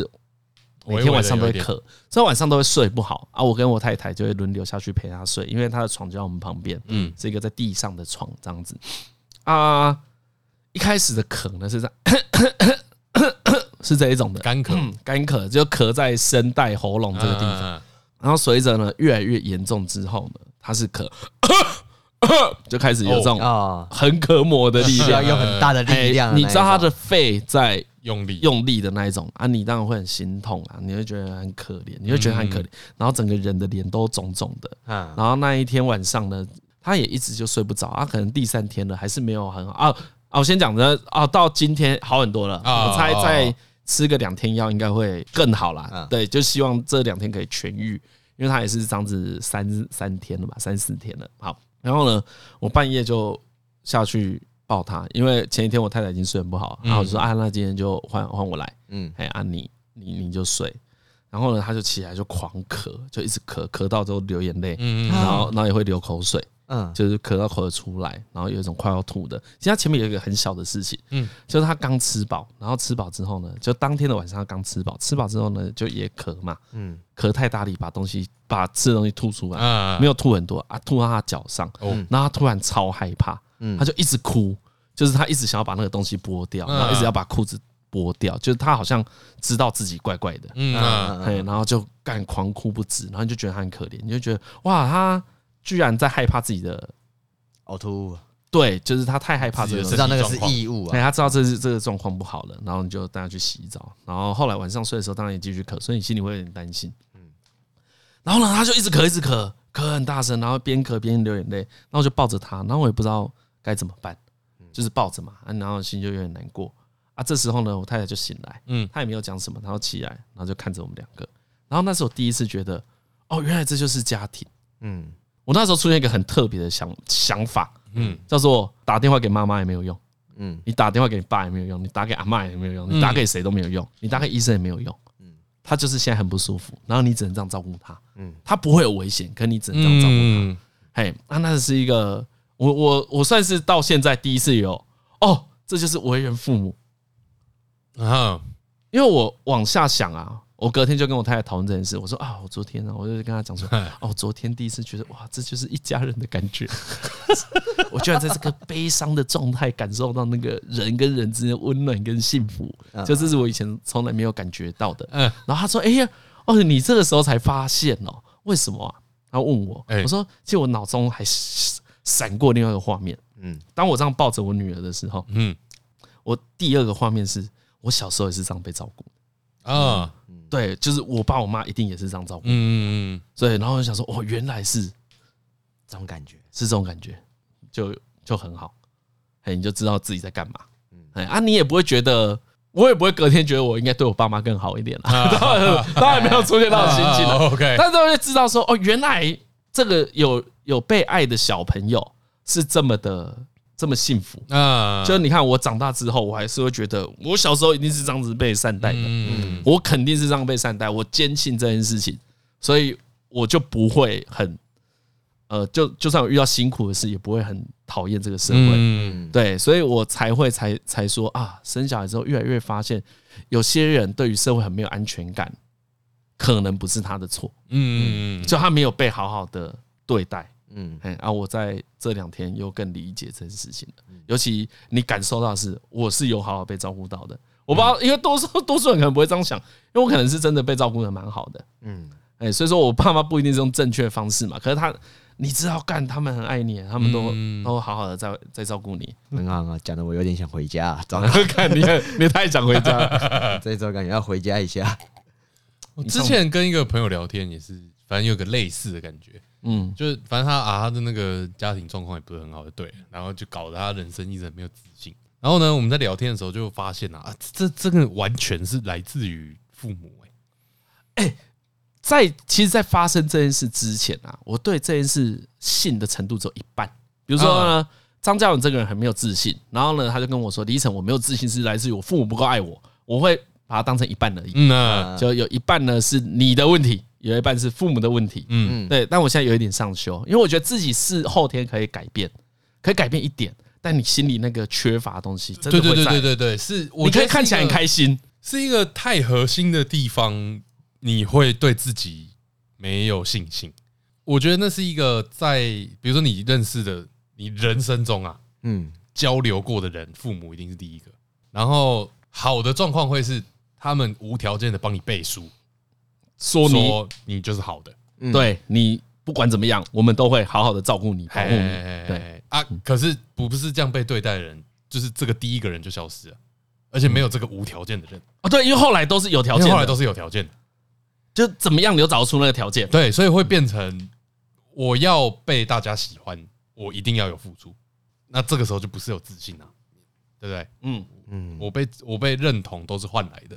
Speaker 1: 每
Speaker 3: 微微地
Speaker 1: 天晚上都会
Speaker 3: 有一点
Speaker 1: 咳，所以晚上都会睡不好啊。我跟我太太就会轮流下去陪她睡，因为她的床就在我们旁边，嗯，是一个在地上的床这样子啊。一开始的咳呢是这样， 是这一种的
Speaker 3: 干咳
Speaker 1: 嗯干咳，就咳在声带、喉咙这个地方。
Speaker 3: 方，
Speaker 1: 然后随着呢越来越严重之后呢，它是咳，就开始有这种
Speaker 2: 哦，
Speaker 1: 很可磨的力
Speaker 2: 需要
Speaker 1: 量。
Speaker 2: 用很大的
Speaker 1: 哎
Speaker 2: 力量。啊
Speaker 1: 你知道他的肺在
Speaker 3: 用力
Speaker 1: 用力的那一种啊，你当然会很心痛啊，你会觉得很可怜，你会觉得很可怜，
Speaker 2: 嗯
Speaker 1: 然后整个人的脸都肿肿的。
Speaker 2: 啊，
Speaker 1: 然后那一天晚上呢，他也一直就睡不着啊，可能第三天了还是没有很好啊啊！我先讲着啊，到今天好很多了，
Speaker 3: 啊
Speaker 1: 我猜
Speaker 3: 啊嗯
Speaker 1: 再吃个两天药应该会更好啦
Speaker 2: 啊。
Speaker 1: 对，就希望这两天可以痊愈，因为他也是这样子三三天了吧，三四天了。好，然后呢，我半夜就下去抱他，因为前一天我太太已经睡得不
Speaker 3: 嗯
Speaker 1: 好，然后我就说啊，那今天就换换我来，
Speaker 2: 嗯，
Speaker 1: 哎啊你你你就睡，然后呢他就起来就狂咳，就一直咳咳到之后流眼泪，
Speaker 3: 嗯
Speaker 1: 然后然后也会流口水，
Speaker 2: 嗯，
Speaker 1: 就是咳到口水出来，然后有一种快要吐的。其实他前面有一个很小的事情，嗯，就是他刚吃饱，然后吃饱之后呢，就当天的晚上他刚吃饱，吃饱之后呢就也咳嘛，嗯，咳太大力把东西把吃的东西吐出来，
Speaker 3: 啊
Speaker 1: 没有吐很多啊，吐到他脚上，
Speaker 3: 哦
Speaker 1: 然后他突然超害怕，他就一直哭，就是他一直想要把那个东西剥掉，
Speaker 3: 嗯
Speaker 1: 然后一直要把裤子剥掉，就是他好像知道自己怪怪的，
Speaker 3: 嗯啊
Speaker 1: 哎，然后就干狂哭不止，然后你就觉得他很可怜，你就觉得哇，他居然在害怕自己的，
Speaker 2: 呕吐，
Speaker 1: 对，就是他太害怕这个
Speaker 3: 自
Speaker 1: 东
Speaker 3: 己
Speaker 2: 知
Speaker 1: 西
Speaker 3: 的，
Speaker 2: 道那个是异物
Speaker 1: 哎，
Speaker 2: 啊。
Speaker 1: 他知道这是这个状况不好了，然后你就带他去洗澡，然后后来晚上睡的时候，当然也继续咳，所以你心里会有点担心，
Speaker 3: 嗯
Speaker 1: 然后呢，他就一直咳，一直咳，咳很大声，然后边咳边流眼泪，然后我就抱着他，然后我也不知道该怎么办，
Speaker 3: 嗯
Speaker 1: 就是抱着嘛，啊然后心就有点难过啊，这时候呢，我太太就醒来，
Speaker 3: 嗯
Speaker 1: 他也没有讲什么，然后起来，然后就看着我们两个。然后那是我第一次觉得，哦，原来这就是家庭。
Speaker 2: 嗯，
Speaker 1: 我那时候出现一个很特别的想想法，
Speaker 3: 嗯
Speaker 1: 叫做打电话给妈妈也没有用，
Speaker 2: 嗯
Speaker 1: 嗯，你打电话给你爸也没有用，你打给阿妈也没有
Speaker 3: 嗯
Speaker 1: 用，你打给谁都没有用，你打给医生也没有用，嗯，他就是现在很不舒服，然后你只能这样照顾他，嗯，他不会有危险，可你只啊能这样照顾他。
Speaker 3: 嗯，
Speaker 1: 嘿，那那是一个我我我算是到现在第一次有哦，这就是为人父母，
Speaker 3: 啊，
Speaker 1: 因为我往下想啊，我隔天就跟我太太讨论这件事，我说啊，我昨天呢、啊，我就跟她 讲说，哦，我昨天第一次觉得哇，这就是一家人的感觉， 我居然在这个悲伤的状态感受到那个人跟人之间的温暖跟幸福，就这是我以前从来没有感觉到的。
Speaker 3: 嗯
Speaker 1: 然后她说，哎呀，哦，你这个时候才发现哦，为什么啊？她问我，
Speaker 3: 哎
Speaker 1: 我说，其实我脑中还闪闪过另外一个画面，嗯，当我这样抱着我女儿的时候，
Speaker 3: 嗯
Speaker 1: 我第二个画面是我小时候也是这样被照顾。
Speaker 3: 啊，
Speaker 1: 对，就是我爸我妈一定也是这样照顾，
Speaker 3: 嗯嗯
Speaker 1: 所以然后我就想说，哦，原来是是
Speaker 2: 这种感觉，
Speaker 1: 这种感觉，
Speaker 3: 嗯
Speaker 1: 就就很好，哎，你就知道自己在干嘛，哎啊，你也不会觉得我也不会隔天觉得我应该对我爸妈更好一点 啦，当 然当然没有出现那种心情
Speaker 3: 啊
Speaker 1: 了。
Speaker 3: OK，
Speaker 1: 但是我就知道说，哦，原来这个有有被爱的小朋友是这么的这么幸福。
Speaker 3: 啊
Speaker 1: 就你看，我长大之后，我还是会觉得，我小时候一定是这样子被善待的，
Speaker 3: 嗯
Speaker 1: 我肯定是这样被善待，我坚信这件事情，所以我就不会很，呃，就就算我遇到辛苦的事，也不会很讨厌这个社会。
Speaker 3: 嗯
Speaker 1: 对，所以我才会才才说啊，生小孩之后越来越发现，有些人对于社会很没有安全感，可能不是他的错，
Speaker 3: 嗯，
Speaker 1: 就他没有被好好的对待。
Speaker 2: 嗯，
Speaker 1: 哎，啊，我在这两天又更理解这件事情了。尤其你感受到的是，我是有好好被照顾到的。我不知道，因为多数多数人可能不会这样想，因为我可能是真的被照顾的蛮好的。嗯，哎，所以说我爸妈不一定是用正确的方式嘛，可是他，你知道，干他们很爱你，他们都都好好的在在照顾你。
Speaker 3: 嗯
Speaker 2: 很好啊，讲的我有点想回家、 啊，糟糕，
Speaker 1: 看你很，你太想回家了。
Speaker 2: 这周感觉要回家一下。
Speaker 3: 我之前跟一个朋友聊天也是，反正有个类似的感觉，
Speaker 1: 嗯，
Speaker 3: 就是反正他啊，他的那个家庭状况也不是很好，对，然后就搞得他人生一直很没有自信。然后呢，我们在聊天的时候就发现啊，啊这这个完全是来自于父母、欸，
Speaker 1: 在其实，在发生这件事之前啊，我对这件事信的程度只有一半。比如说
Speaker 3: 嗯
Speaker 1: 呢，张嘉文这个人很没有自信，然后呢，他就跟我说：“李晨，我没有自信是来自于我父母不够爱我，我会把它当成一半而已，
Speaker 3: 嗯啊，
Speaker 1: 就有一半呢是你的问题，有一半是父母的问题。”
Speaker 3: 嗯
Speaker 2: 嗯
Speaker 1: 对，但我现在有一点上修，因为我觉得自己是后天可以改变，可以改变一点，但你心里那个缺乏的东西真
Speaker 3: 对
Speaker 1: 的会
Speaker 3: 对对对
Speaker 1: 在。
Speaker 3: 对对，是，我
Speaker 1: 你可
Speaker 3: 觉得
Speaker 1: 以看起来很
Speaker 3: 是一个
Speaker 1: 开心，
Speaker 3: 是一个太核心的地方，你会对自己没有信心。我觉得那是一个在，比如说你认识的，你人生中啊
Speaker 2: 嗯
Speaker 3: 交流过的人，父母一定是第一个。然后好的状况会是他们无条件的帮你背书，
Speaker 1: 说你
Speaker 3: 说你就是好的，
Speaker 2: 嗯
Speaker 1: 对你不管怎么样，我们都会好好的照顾你，保护你。对，嗯
Speaker 3: 哎啊，可是不是这样被对待的人，就是这个第一个人就消失了，而且没有这个无条件的人，
Speaker 1: 哦，对，因为后来都是有嗯条
Speaker 3: 因
Speaker 1: 件
Speaker 3: 为
Speaker 1: 的，
Speaker 3: 后来都是有条件的。
Speaker 1: 就怎么样，你都找得出那个条件。
Speaker 3: 对，所以会变成我要被大家喜欢，我一定要有付出。那这个时候就不是有自信啊，对不对？
Speaker 1: 嗯，
Speaker 2: 嗯
Speaker 3: 我被我被认同都是换来的，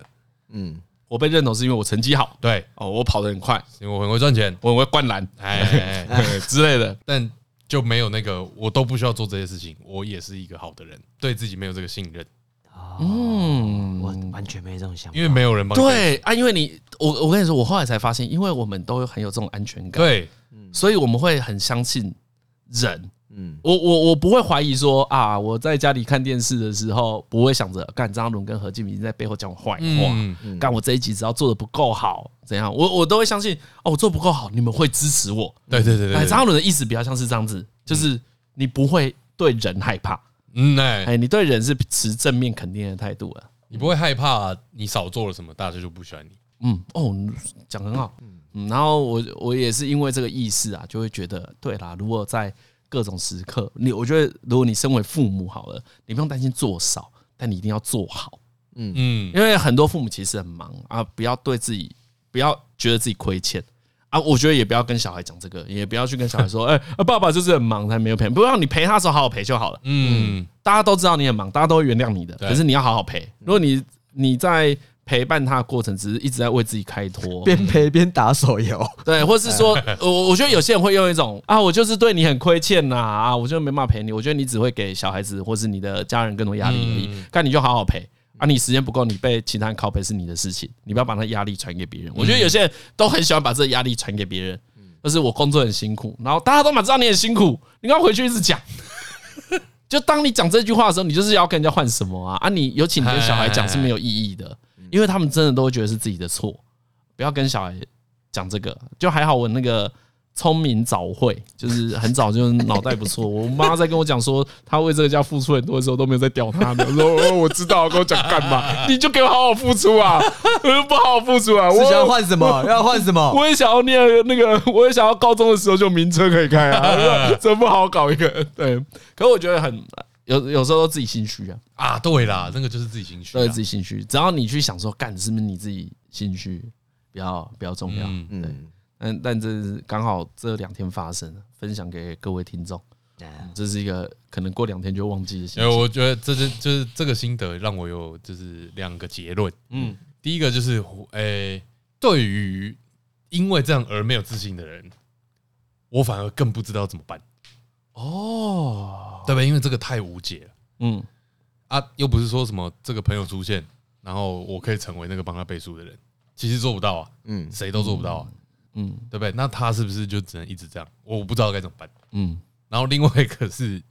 Speaker 2: 嗯，
Speaker 1: 我被认同是因为我成绩好，
Speaker 3: 对，
Speaker 1: 哦，我跑得很快，
Speaker 3: 因为我很会赚钱，
Speaker 1: 我很会灌篮
Speaker 3: 哎哎，哎
Speaker 1: 之类的。
Speaker 3: 但就没有那个我都不需要做这些事情，我也是一个好的人，对自己没有这个信任，
Speaker 2: 我
Speaker 1: 嗯，
Speaker 2: 哦完全没这种想
Speaker 3: 哦
Speaker 2: 法
Speaker 3: 因。为没有人帮你背
Speaker 1: 对啊，因为你，我我跟你说，我后来才发现，因为我们都很有这种安全感，
Speaker 3: 对，
Speaker 1: 所以我们会很相信人。
Speaker 2: 嗯
Speaker 1: 我我我不会怀疑说啊，我在家里看电视的时候，不会想着干张伦跟何敬明在背后讲我坏话。
Speaker 3: 嗯，
Speaker 1: 干我这一集只要做的不够好，怎样？我我都会相信哦，我做不够好，你们会支持我。
Speaker 3: 对对对对
Speaker 1: 哎，
Speaker 3: 对，
Speaker 1: 张翰伦的意思比较像是这样子，就是你不会对人害怕，
Speaker 3: 嗯哎，
Speaker 1: 哎，你对人是持正面肯定的态度啊了。
Speaker 3: 你不会害怕你少做了什么，大家就不喜欢你，
Speaker 1: 嗯，哦，讲得很好。嗯，然后我我也是因为这个意识啊，就会觉得对啦。如果在各种时刻，你我觉得如果你身为父母好了，你不用担心做少，但你一定要做好，
Speaker 3: 嗯
Speaker 1: 因为很多父母其实很忙啊，不要对自己不要觉得自己亏欠。啊，我觉得也不要跟小孩讲这个，也不要去跟小孩说，哎、啊爸爸就是很忙，才没有陪。不要你陪他的时候好好陪就好了。
Speaker 3: 嗯
Speaker 1: 大家都知道你很忙，大家都会原谅你的，
Speaker 3: 对
Speaker 1: 可是你要好好陪。如果你你在陪伴他的过程，只是一直在为自己开脱，
Speaker 2: 边陪边打手游，
Speaker 1: 对，或是说，我我觉得有些人会用一种啊，我就是对你很亏欠呐，啊，我就没办法陪你。我觉得你只会给小孩子或是你的家人更多压力而已，但你就好好陪。啊，你时间不够，你被其他人拷贝是你的事情，你不要把那压力传给别人。我觉得有些人都很喜欢把这个压力传给别人，就是我工作很辛苦，然后大家都嘛知道你很辛苦，你刚回去一直讲， 就当你讲这句话的时候，你就是要跟人家换什么啊？啊，你尤其你跟小孩讲是没有意义的，因为他们真的都会觉得是自己的错。不要跟小孩讲这个，就还好我那个聪明早慧，就是很早就脑袋不错。我妈在跟我讲说，她为这个家付出很多的时候都没有在屌她的，我说、哦、我知道，跟我讲干 嘛？你就给我好好付出啊，呃不好好付出啊，
Speaker 2: 是想要
Speaker 1: 我。
Speaker 2: 换什么？要换什么？
Speaker 1: 我也想要念那个，我也想要高中的时候就名车可以开 啊，真不好搞一个。对，可我觉得很有有时候都自己心虚啊，
Speaker 3: 啊，对啦，那个就是自己情绪
Speaker 1: 都
Speaker 3: 啊，
Speaker 1: 是自己心虚。只要你去想说，干是不是你自己心虚，比较比较重要。
Speaker 3: 嗯
Speaker 2: 嗯，
Speaker 1: 嗯，但这是刚好这两天发生，分享给各位听众。这是一个可能过两天就忘记的心
Speaker 3: 呃，
Speaker 1: 情。
Speaker 3: 我觉得这是就是这个心得让我有就是两个结论。
Speaker 1: 嗯，
Speaker 3: 第一个就是，诶、对于因为这样而没有自信的人，我反而更不知道怎么办，
Speaker 1: 哦，
Speaker 3: 对吧？因为这个太无解了
Speaker 1: 嗯
Speaker 3: 啊，又不是说什么这个朋友出现，然后我可以成为那个帮他背书的人，其实做不到啊，
Speaker 2: 嗯，
Speaker 3: 谁都做不到啊，
Speaker 1: 嗯
Speaker 3: 对不对？那他是不是就只能一直这样？我不知道该怎么办。
Speaker 1: 嗯，
Speaker 3: 然后另外一个是，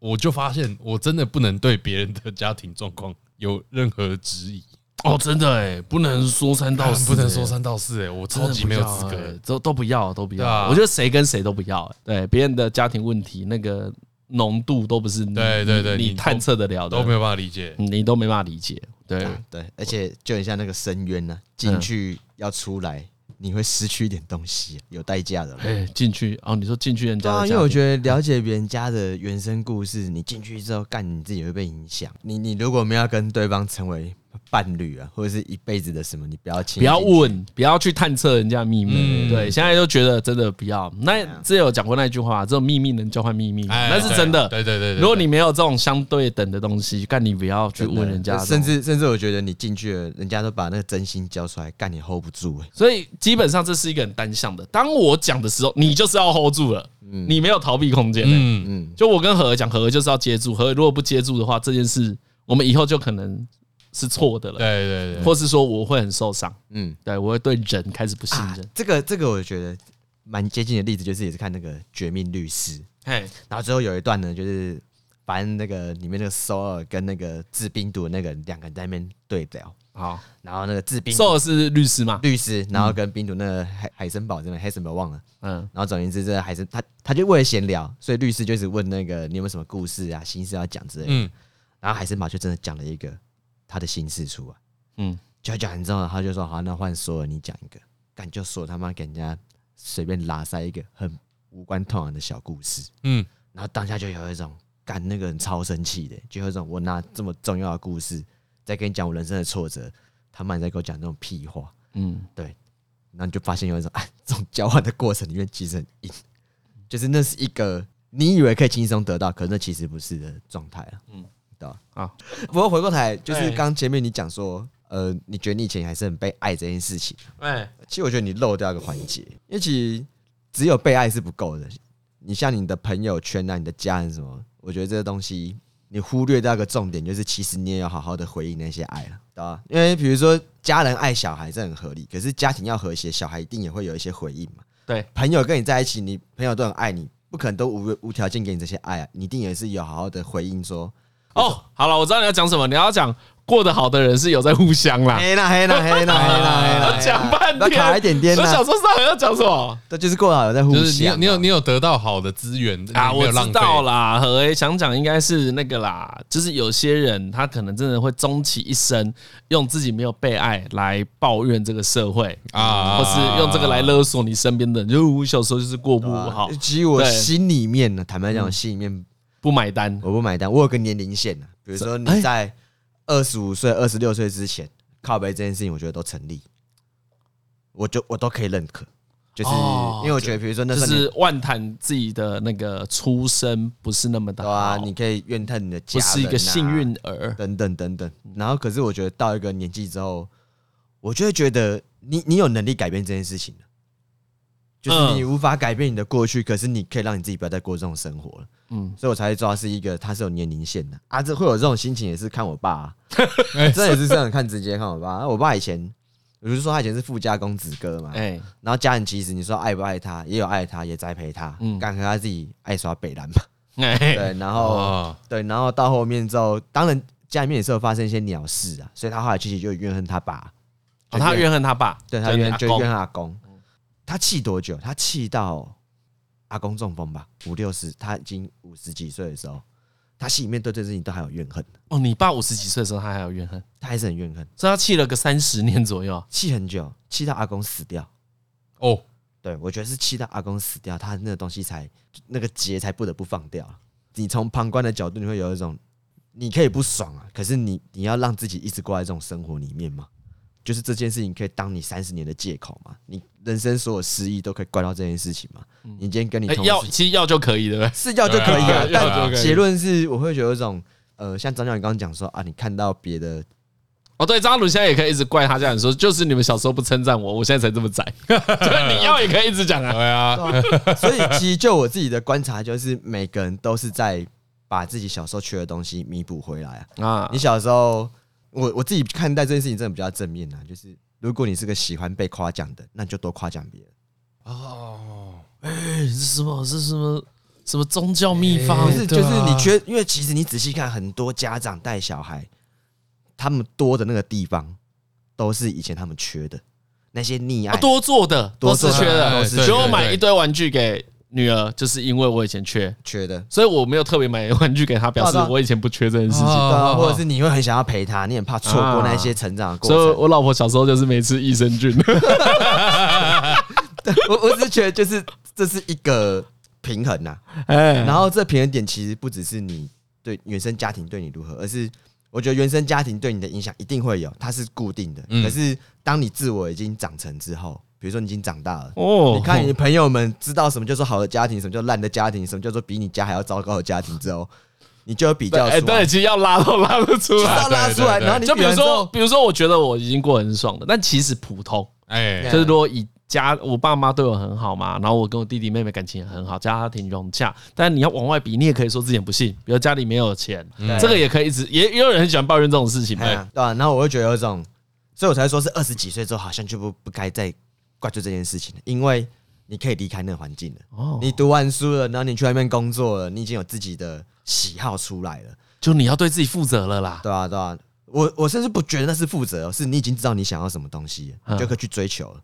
Speaker 3: 我就发现我真的不能对别人的家庭状况有任何质疑。
Speaker 1: 哦，真的哎，
Speaker 3: 欸
Speaker 1: 不能说三道四，
Speaker 3: 不能说，三道四哎、我超级没有资格、欸。
Speaker 1: 都都不要，都不
Speaker 3: 对啊
Speaker 1: 要。我觉得谁跟谁都不要，哎对别人的家庭问题那个浓度都不是你
Speaker 3: 对对对
Speaker 1: 你
Speaker 3: 你
Speaker 1: 你探测得了的，
Speaker 3: 都没有办法理解。
Speaker 1: 嗯你都没办法理解，对。
Speaker 2: 啊对，而且就很像那个深渊呢、进去要出来，你会失去一点东西，啊有代价的啦。
Speaker 1: 哎，进去哦，你说进去人
Speaker 2: 对
Speaker 1: 家
Speaker 2: 啊，
Speaker 1: 的
Speaker 2: 因为我
Speaker 1: 家庭
Speaker 2: 觉得了解别人家的原生故事，你进去之后，干你自己会被影响。你你如果没有要跟对方成为伴侣啊，或者是一辈子的什么，你不要轻
Speaker 1: 不
Speaker 2: 易
Speaker 1: 要
Speaker 2: 进去，
Speaker 1: 问，不要去探测人家秘密。
Speaker 3: 嗯
Speaker 1: 对，现在就觉得真的不要。那之前有讲过那句话，只有秘密能交换秘密，
Speaker 3: 哎
Speaker 1: 那是真的。
Speaker 3: 对对对对对
Speaker 1: 如果你没有这种相对等的东西，干你不要去
Speaker 2: 真的
Speaker 1: 问人家这种，
Speaker 2: 甚至甚至我觉得你进去了，人家都把那个真心交出来，干你 hold 不住、欸。
Speaker 1: 所以基本上这是一个很单向的。当我讲的时候，你就是要 hold 住了，你没有逃避空间的、欸
Speaker 3: 嗯，
Speaker 1: 就我跟何儿讲，何儿就是要接住，何儿如果不接住的话，这件事我们以后就可能是错的
Speaker 3: 对
Speaker 1: 了，
Speaker 3: 对对，
Speaker 1: 或是说我会很受伤，
Speaker 2: 嗯，
Speaker 1: 对我会对人开始不信
Speaker 2: 啊
Speaker 1: 任。，
Speaker 2: 这个这个我觉得蛮接近的例子，就是也是看那个《绝命律师》，
Speaker 1: 嘿，
Speaker 2: 然后最后有一段呢，就是反正那个里面那个首尔跟那个制冰毒的那个两个人在那边对聊，
Speaker 1: 好，
Speaker 2: 然后那个制冰毒
Speaker 1: 受的是律师嘛？
Speaker 2: 律师，然后跟冰毒那个海海森堡这边海森堡忘了，
Speaker 1: 嗯，
Speaker 2: 然后总而言之，这个海森他他就为了闲聊，所以律师就一直问那个你有没有什么故事啊、心事要讲之类的，
Speaker 3: 嗯，
Speaker 2: 然后海森堡就真的讲了一个他的心事啊出来，
Speaker 1: 嗯，
Speaker 2: 就讲完之后，他就说好，那换说了你讲一个，干就说他妈给人家随便拉塞一个很无关痛痒的小故事。
Speaker 3: 嗯，
Speaker 2: 然后当下就有一种干那个人超生气的，就有一种我拿这么重要的故事在跟你讲我人生的挫折，他妈你在给我讲这种屁话，
Speaker 1: 嗯，
Speaker 2: 然后你就发现有一种哎，这种交换的过程里面其实很硬，就是那是一个你以为可以轻松得到，可是那其实不是的状态啊。嗯
Speaker 1: 嗯，
Speaker 2: 对吧？
Speaker 1: 好，
Speaker 2: 不过回过头来，就是
Speaker 1: 哎
Speaker 2: 刚前面你讲说，呃，你觉得你以前还是很被爱这件事情，
Speaker 1: 哎，
Speaker 2: 其实我觉得你漏掉一个环节，因为其实只有被爱是不够的。你像你的朋友圈啊，你的家人什么，我觉得这个东西你忽略掉一个重点，就是其实你也要好好的回应那些爱了，对吧、因为比如说家人爱小孩这很合理，可是家庭要和谐，小孩一定也会有一些回应嘛。
Speaker 1: 对，
Speaker 2: 朋友跟你在一起，你朋友都很爱你，不可能都无无条件给你这些爱啊，你一定也是有好好的回应说，
Speaker 1: 哦，好了，我知道你要讲什么，你要讲过得好的人是有在互相
Speaker 3: 啊
Speaker 1: 啦。哎
Speaker 2: 黑啦黑啦 黑啦黑啦黑啦，
Speaker 1: 讲半
Speaker 2: 哎那
Speaker 1: 天，
Speaker 2: 卡一点点
Speaker 1: 我
Speaker 2: 啦
Speaker 1: 想，说上海要讲什么
Speaker 2: 这就是过好有在互
Speaker 3: 就是你有
Speaker 2: 相。啊
Speaker 3: 你有你有得到好的资源
Speaker 1: 啊？
Speaker 3: 你没
Speaker 1: 我
Speaker 3: 有浪
Speaker 1: 知
Speaker 3: 费
Speaker 1: 道啦，何 A 想讲应该是那个啦，就是有些人他可能真的会终其一生用自己没有被爱来抱怨这个社会
Speaker 3: 啊
Speaker 1: 啊，或是用这个来勒索你身边的人，就我小时候就是过不好，
Speaker 2: 啊其实我
Speaker 1: 对嗯
Speaker 2: 心里面呢，坦白讲，我心里面
Speaker 1: 不买单。
Speaker 2: 我不买单，我有个年龄线呢。比如说
Speaker 1: 哎
Speaker 2: 你在二十五岁、二十六岁之前，靠背这件事情，我觉得都成立，我就我都可以认可。就是
Speaker 1: 哦
Speaker 2: 因为我觉得，比如说那
Speaker 1: 就
Speaker 2: 时候你
Speaker 1: 是哦万谈自己的那个出身不是那么的
Speaker 2: 对
Speaker 1: 好，
Speaker 2: 啊，你可以怨恨你的
Speaker 1: 不
Speaker 2: 家人啊，
Speaker 1: 是一个幸运儿。
Speaker 2: 等等等等。然后，可是我觉得到一个年纪之后，我就会觉得你你有能力改变这件事情了，就是
Speaker 1: 嗯
Speaker 2: 你无法改变你的过去，可是你可以让你自己不要再过这种生活了。
Speaker 1: 嗯，
Speaker 2: 所以我才会知道是一个他是有年龄线的啊。这会有这种心情也是看我爸、啊，
Speaker 3: 哎
Speaker 2: 真的也是这样看直接看我爸。我爸以前，我就说他以前是富家公子哥嘛，
Speaker 1: 哎，
Speaker 2: 然后家人其实你说爱不爱他，也有爱他，也栽培他，嗯，
Speaker 1: 嗯
Speaker 2: 干和他自己爱耍北兰嘛，
Speaker 1: 哎，
Speaker 2: 对，然后
Speaker 3: 啊，
Speaker 2: 对，然后到后面之后，当然家里面也是有发生一些鸟事啊，所以他后来其实就怨恨他爸，
Speaker 1: 哦他怨恨他爸，
Speaker 2: 对他
Speaker 1: 就是
Speaker 2: 怨
Speaker 1: 阿
Speaker 2: 就
Speaker 1: 公
Speaker 2: 怨恨阿公，他气多久？他气到阿公中风吧，五六十，他已经五十几岁的时候，他心里面对这件事情都还有怨恨，
Speaker 1: 哦，你爸五十几岁的时候，他还有怨恨，
Speaker 2: 他还是很怨恨，
Speaker 1: 所以他气了个三十年左右。啊
Speaker 2: 气很久，气到阿公死掉。
Speaker 3: 哦，
Speaker 2: 对，我觉得是气到阿公死掉，他那个东西才那个结才不得不放掉。你从旁观的角度，你会有一种你可以不爽啊，可是你你要让自己一直过在这种生活里面吗？就是这件事情可以当你三十年的借口嘛？你人生所有失意都可以怪到这件事情嘛？你今天 跟你
Speaker 1: 哎
Speaker 2: 同
Speaker 1: 要
Speaker 2: 事
Speaker 1: 其实要就可以，对不对？
Speaker 2: 是要就可以了，
Speaker 3: 对啊要就
Speaker 2: 但
Speaker 3: 可以
Speaker 2: 结论是我会觉得有一种呃，像张教你刚刚讲说啊，你看到别的
Speaker 1: 哦，对，张鲁现在也可以一直怪他家人说，就是你们小时候不称赞我，我现在才这么宅。 就是你要也可以一直讲啊。
Speaker 3: 对啊，
Speaker 2: 所以其实就我自己的观察，就是每个人都是在把自己小时候缺的东西弥补回来啊。
Speaker 1: 啊
Speaker 2: 你，小时候，我我自己看待这件事情真的比较正面啊，就是如果你是个喜欢被夸奖的，那你就多夸奖别人。
Speaker 3: 哦，
Speaker 1: 哎是什么？是什么？什么宗教秘方
Speaker 2: 不
Speaker 3: 哎？
Speaker 2: 是，
Speaker 3: 对
Speaker 2: 就是
Speaker 3: 啊
Speaker 2: 你缺，因为其实你仔细看，很多家长带小孩，他们多的那个地方，都是以前他们缺的那些溺
Speaker 1: 啊
Speaker 2: 爱。
Speaker 1: 多做的
Speaker 2: 多
Speaker 1: 都
Speaker 2: 做
Speaker 1: 是
Speaker 2: 的
Speaker 1: 缺
Speaker 3: 哎
Speaker 1: 的，
Speaker 3: 对
Speaker 1: 所以我
Speaker 3: 对
Speaker 1: 买
Speaker 3: 对
Speaker 1: 一堆玩具给女儿，就是因为我以前缺，
Speaker 2: 缺的，
Speaker 1: 所以我没有特别买玩具给她，表示
Speaker 2: 对啊对啊
Speaker 1: 我以前不缺这件事情。
Speaker 3: 啊
Speaker 2: 对
Speaker 3: 哦
Speaker 2: 啊，或者是你会很想要陪他，你很怕错过那些成长的过
Speaker 1: 所以
Speaker 2: 程。
Speaker 1: 我老婆小时候就是没吃益生菌，
Speaker 2: 我我只是觉得，就是这是一个平衡呐、
Speaker 1: 哎，
Speaker 2: 然后这平衡点其实不只是你对原生家庭对你如何，而是我觉得原生家庭对你的影响一定会有，它是固定的。
Speaker 3: 嗯
Speaker 2: 可是当你自我已经长成之后，比如说你已经长大了。
Speaker 1: 哦，
Speaker 2: 你看你的朋友们知道什么叫做好的家庭，什么叫烂的家庭，什么叫做比你家还要糟糕的家庭之后，你就会比
Speaker 1: 对，
Speaker 2: 较出
Speaker 1: 哎，
Speaker 2: 来，
Speaker 1: 对，其实要拉都拉得出
Speaker 2: 就是
Speaker 1: 来。
Speaker 2: 要拉出来。
Speaker 3: 对对对
Speaker 2: 然后你
Speaker 1: 就比如
Speaker 2: 完之
Speaker 1: 说，
Speaker 2: 后，
Speaker 1: 比如说，我觉得我已经过得很爽了，但其实普通，
Speaker 3: 哎，
Speaker 1: 就是如果以家我爸妈对我很好嘛，然后我跟我弟弟妹妹感情也很好，家庭融洽。但你要往外比，你也可以说自己很不幸，比如家里没有钱，
Speaker 2: 对
Speaker 1: 这个也可以一直也也有人很喜欢抱怨这种事情嘛
Speaker 2: 哎。呀对啊，然后我会觉得有一种，所以我才说是二十几岁之后好像就不不该再怪罪这件事情了，因为你可以离开那个环境了。
Speaker 1: 哦，
Speaker 2: 你读完书了，然后你去外面工作了，你已经有自己的喜好出来了，
Speaker 1: 就你要对自己负责了啦。
Speaker 2: 对啊，对啊。我我甚至不觉得那是负责哦，是你已经知道你想要什么东西了，
Speaker 1: 嗯
Speaker 2: 你就可以去追求了。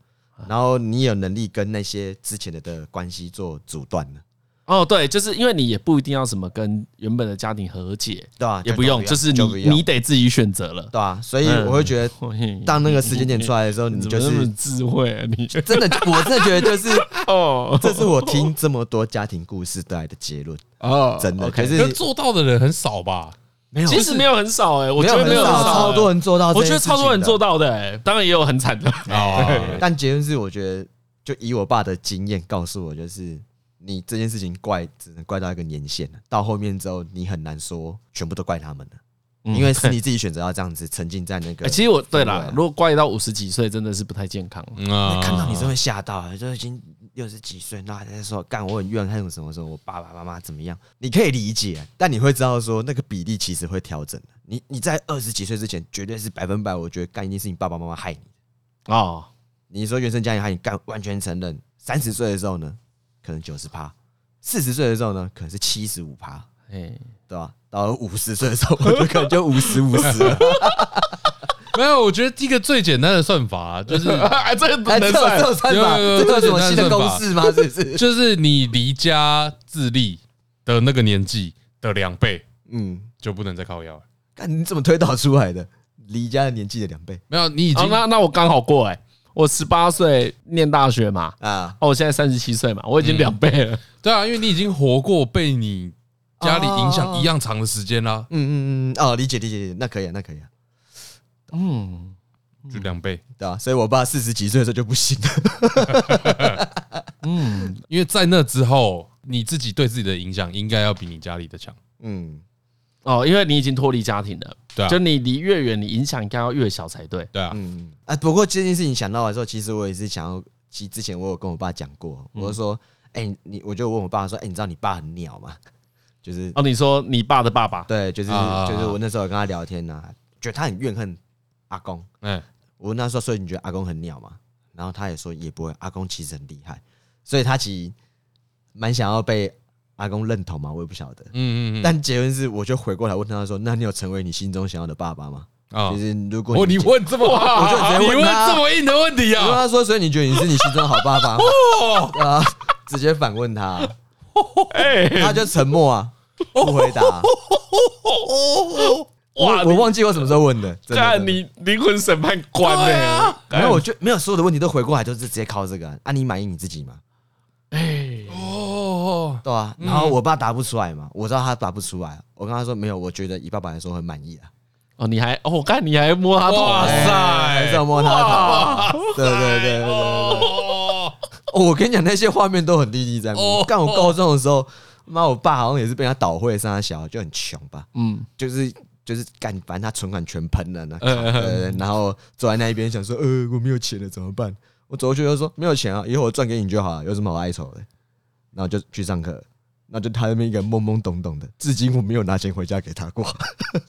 Speaker 2: 然后你有能力跟那些之前的的关系做阻断了，
Speaker 1: 哦，对，就是因为你也不一定要什么跟原本的家庭和解，
Speaker 2: 对吧、啊？
Speaker 1: 也不用，就是你
Speaker 2: 就不用
Speaker 1: 你得自己选择了。
Speaker 2: 对啊，所以我会觉得， 当那个时间点出来的时候，
Speaker 1: 你
Speaker 2: 你
Speaker 1: 怎
Speaker 2: 就
Speaker 1: 么那
Speaker 2: 是
Speaker 1: 么智慧啊 你？
Speaker 2: 真的，我真的觉得就是，
Speaker 1: 哦
Speaker 2: 这是我听这么多家庭故事带来的结论，
Speaker 1: 哦
Speaker 2: 真的。
Speaker 1: OK
Speaker 2: 可
Speaker 3: 可是
Speaker 2: 是
Speaker 3: 做到的人很少吧？
Speaker 2: 没有
Speaker 1: 其实没有很少哎，我觉得
Speaker 2: 没
Speaker 1: 没
Speaker 2: 有
Speaker 1: 有
Speaker 2: 很
Speaker 1: 很
Speaker 2: 少，超
Speaker 1: 少
Speaker 2: 多人做到，
Speaker 1: 我觉得超多人
Speaker 2: 到。
Speaker 1: 做到的、欸，当然也有很惨的。
Speaker 3: 啊，
Speaker 2: 但结论是，我觉得就以我爸的经验告诉我，就是你这件事情怪只能怪到一个年限了，到后面之后你很难说全部都怪他们了，
Speaker 1: 嗯
Speaker 2: 因为是你自己选择要这样子沉浸在那个。
Speaker 1: 欸 其实我对啦
Speaker 2: 对，
Speaker 1: 如果怪到五十几岁，真的是不太健康。
Speaker 3: 嗯啊
Speaker 2: 看到你真的会吓到，啊就已经六十几岁，那还在说干我很怨恨什么什么，我爸爸妈妈怎么样？你可以理解，但你会知道说那个比例其实会调整的。你你在二十几岁之前，绝对是百分百，我觉得干一定是你爸爸妈妈害你。
Speaker 1: 哦，
Speaker 2: 你说原生家庭害你干，完全承认。三十岁的时候呢，可能九十趴；四十岁的时候呢，可能是七十五趴，
Speaker 1: 哎、
Speaker 2: 对吧？到了五十岁的时候，我就可能就五十五 十了。
Speaker 3: 没有，我觉得一个最简单的 算法啊就是
Speaker 1: 哎，这个
Speaker 2: 哎，
Speaker 1: 能
Speaker 2: 这有 这
Speaker 1: 算
Speaker 2: 种算法，
Speaker 3: 有有
Speaker 2: 这
Speaker 3: 有
Speaker 2: 有什么新的
Speaker 3: 这种算
Speaker 2: 公
Speaker 3: 法
Speaker 2: 式吗？是不 是？
Speaker 3: 就是你离家自立的那个年纪的两倍
Speaker 2: 嗯，
Speaker 3: 就不能再靠腰了。
Speaker 2: 看你怎么推导出来的？ 离家的年纪的两倍
Speaker 3: 没有，你已
Speaker 1: 哦
Speaker 3: 经，
Speaker 1: 那那我刚好过哎、我十八岁念大学嘛，
Speaker 2: 啊！
Speaker 1: 哦，我现在三十七岁嘛，我已经
Speaker 2: 嗯
Speaker 1: 两倍了。
Speaker 3: 对啊，因为你已经活过被你家里影响一样长的时间
Speaker 1: 啊
Speaker 3: 啦，
Speaker 2: 嗯嗯嗯，哦，理解理解，理解那可以啊，那可以啊，
Speaker 1: 嗯，
Speaker 3: 就两倍。
Speaker 2: 对吧、所以我爸四十几岁的时候就不行了。
Speaker 3: 因为在那之后，你自己对自己的影响应该要比你家里的强。
Speaker 2: 嗯，
Speaker 1: 哦，因为你已经脱离家庭了，
Speaker 3: 对啊
Speaker 1: 就你离越远，你影响应该要越小才对。
Speaker 3: 对啊，
Speaker 2: 嗯啊，不过这件事情想到的时候，其实我也是想要，其实之前我有跟我爸讲过，
Speaker 3: 嗯
Speaker 2: 我就说，哎、你我就问我爸说，哎、你知道你爸很鸟吗？就是、
Speaker 1: 哦，你说你爸的爸爸，
Speaker 2: 对，就是、
Speaker 3: 啊
Speaker 2: 就是我那时候有跟他聊天呐、觉得他很怨恨阿公。
Speaker 3: 哎，
Speaker 2: 我问他说，所以你觉得阿公很鸟吗？然后他也说也不会，阿公其实很厉害，所以他其实蛮想要被阿公认同嘛，我也不晓得。
Speaker 3: 嗯嗯嗯，
Speaker 2: 但结论是，我就回过来问他说，那你有成为你心中想要的爸爸吗？
Speaker 3: 啊
Speaker 2: 就，是如果
Speaker 3: 哦，
Speaker 2: 你
Speaker 3: 你问这么，
Speaker 2: 我就直接
Speaker 3: 你
Speaker 2: 问
Speaker 3: 问
Speaker 2: 他
Speaker 3: 这么硬的问题
Speaker 2: 我问
Speaker 3: 啊，
Speaker 2: 他说，所以你觉得你是你心中的好爸爸吗？
Speaker 3: 哦，
Speaker 2: 对啊，直接反问 他，
Speaker 1: 哎、
Speaker 2: 他就沉默啊，不回 答。
Speaker 1: 哇，
Speaker 2: 我我忘记我什么时候问的，真的
Speaker 1: 看。你灵魂审判官呢、
Speaker 3: 对啊
Speaker 2: 没有，我就没有所有的问题都回过来，就是直接靠这个啊。啊你满意你自己吗？
Speaker 1: 哎、
Speaker 3: 哦，
Speaker 2: 对啊。然后我爸答不出来嘛，我知道他答不出来，我跟他说没有，我觉得以爸爸来说很满意啊。
Speaker 1: 哦，你还哦，我看你还摸他头，啊
Speaker 3: 哇
Speaker 2: 哎还是要
Speaker 3: 塞，
Speaker 2: 摸他的头，对对对对对对。
Speaker 3: 哦，
Speaker 2: 哦，我跟你讲，那些画面都很历历在目
Speaker 3: 哦。
Speaker 2: 干、我高中的时候，妈，我爸好像也是被他倒会上他小，就很穷吧，
Speaker 1: 嗯，
Speaker 2: 就是就是干，反正他存款全喷了，那、
Speaker 1: 嗯嗯
Speaker 2: 呃、然后坐在那一边想说，呃，我没有钱了怎么办？我走过去就说没有钱啊，以后我赚给你就好了，有什么好哀愁的？然后就去上课，那就他那边一个懵懵懂懂的，至今我没有拿钱回家给他过，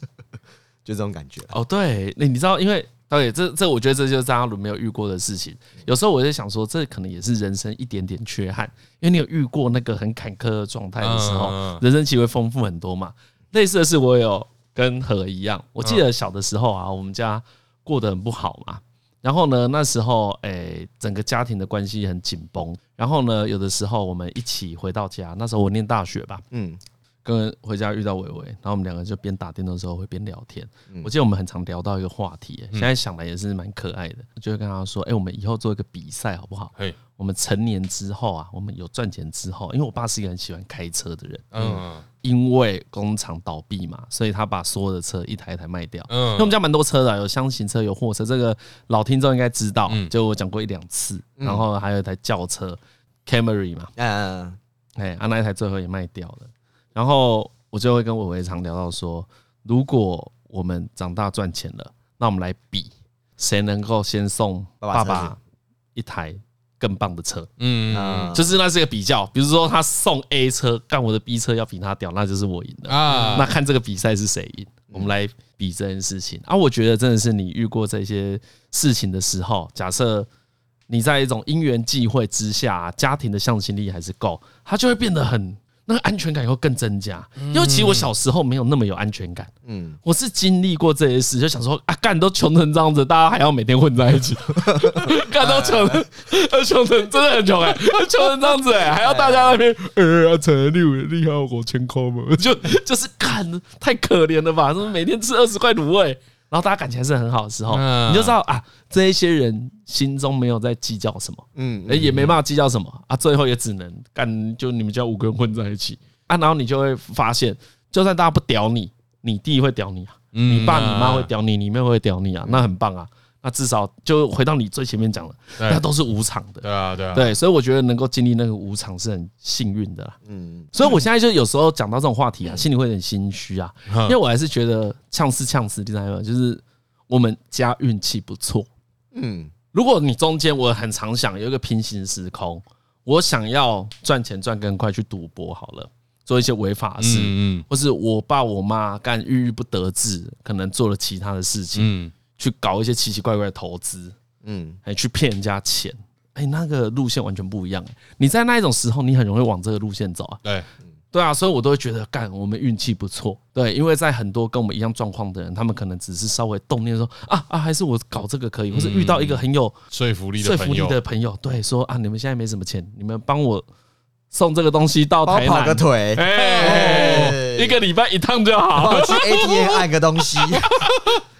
Speaker 2: 就这种感觉。
Speaker 1: 哦，对，那你知道，因为导演这这，我觉得这就是张嘉伦没有遇过的事情。有时候我在想说，这可能也是人生一点点缺憾，因为你有遇过那个很坎坷的状态的时候，
Speaker 3: 嗯嗯嗯
Speaker 1: 人生其实会丰富很多嘛。类似的是，我有跟何一样，我记得小的时候啊，我们家过得很不好嘛。然后呢，那时候诶、整个家庭的关系很紧绷。然后呢，有的时候我们一起回到家，那时候我念大学吧，
Speaker 2: 嗯，
Speaker 1: 跟回家遇到伟伟，然后我们两个就边打电动的时候会边聊天。我记得我们很常聊到一个话题、欸现在想来也是蛮可爱的。我就会跟他说：“哎、我们以后做一个比赛好不好？
Speaker 3: 嘿，
Speaker 1: 我们成年之后啊，我们有赚钱之后，因为我爸是一个很喜欢开车的人，
Speaker 3: 嗯
Speaker 1: 因为工厂倒闭嘛，所以他把所有的车一台一台卖掉。因为我
Speaker 3: 嗯
Speaker 1: 们家蛮多车的啊，有箱型车，有货车，这个老听众应该知道，就我讲过一两次。然后还有一台轿车 Camry 嘛，
Speaker 2: 呃，
Speaker 1: 哎，啊，那一台最后也卖掉了。然后我就会跟伟伟常聊到说，如果我们长大赚钱了，那我们来比谁能够先送爸
Speaker 2: 爸爸车
Speaker 1: 爸一台更棒的车，
Speaker 3: 嗯
Speaker 2: 啊
Speaker 1: 就是那是一个比较。比如说他送 A 车，干我的 B 车要比他屌，那就是我赢了。那
Speaker 3: 啊，
Speaker 1: 看这个比赛是谁赢，我们来比这件事情啊！我觉得真的是你遇过这些事情的时候，假设你在一种因缘际会之下、家庭的向心力还是够，它就会变得很那个安全感会更增加。尤其我小时候没有那么有安全感，
Speaker 2: 嗯，
Speaker 1: 我是经历过这些事，就想说啊，干都穷成这样子，大家还要每天混在一起， 干都穷成，呃穷成真的很穷哎、穷成这样子哎、还要大家那边呃，陈六厉害，我千块嘛， 就就是干太可怜了吧，什么每天吃二十块卤味。然后大家感情还是很好的时候，
Speaker 3: 嗯
Speaker 1: 你就知道啊，这一些人心中没有在计较什么，
Speaker 2: 嗯
Speaker 1: 哎，也没办法计较什么啊，最后也只能干，就你们家五个人混在一起啊，然后你就会发现，就算大家不屌你，你弟会屌你啊，
Speaker 3: 嗯
Speaker 1: 你爸你妈会屌你，你妹会屌你啊，那很棒啊，那至少就回到你最前面讲了，
Speaker 3: 对
Speaker 1: 那都是无偿的，
Speaker 3: 对啊对啊，
Speaker 1: 对，所以我觉得能够经历那个无偿是很幸运的啦。
Speaker 2: 嗯，
Speaker 1: 所以我现在就有时候讲到这种话题啊，心里会很心虚啊，
Speaker 3: 嗯
Speaker 1: 因为我还是觉得呛是呛是，第三个就是我们家运气不错，
Speaker 2: 嗯，
Speaker 1: 如果你中间我很常想有一个平行时空，我想要赚钱赚更快去赌博好了，做一些违法的事，
Speaker 3: 嗯嗯
Speaker 1: 或是我爸我妈干郁郁不得志，可能做了其他的事情，
Speaker 3: 嗯，
Speaker 1: 去搞一些奇奇怪怪的投资，
Speaker 2: 嗯，
Speaker 1: 哎，去骗人家钱，哎，那个路线完全不一样、哎你在那一种时候，你很容易往这个路线走啊。
Speaker 3: 对，
Speaker 1: 对啊，所以我都会觉得，干，我们运气不错。对，因为在很多跟我们一样状况的人，他们可能只是稍微动念说啊啊，还是我搞这个可以，或是遇到一个很有
Speaker 3: 说服力的
Speaker 1: 说服
Speaker 3: 朋
Speaker 1: 你
Speaker 3: 友，
Speaker 1: 的朋友，对，说啊，你们现在没什么钱，你们帮我送这个东西到
Speaker 2: 帮
Speaker 1: 台
Speaker 2: 我跑
Speaker 1: 南
Speaker 2: 个，腿，
Speaker 1: 哎，一个礼拜一趟就
Speaker 2: 帮
Speaker 1: 好，
Speaker 2: 我去 ATM 按个东西。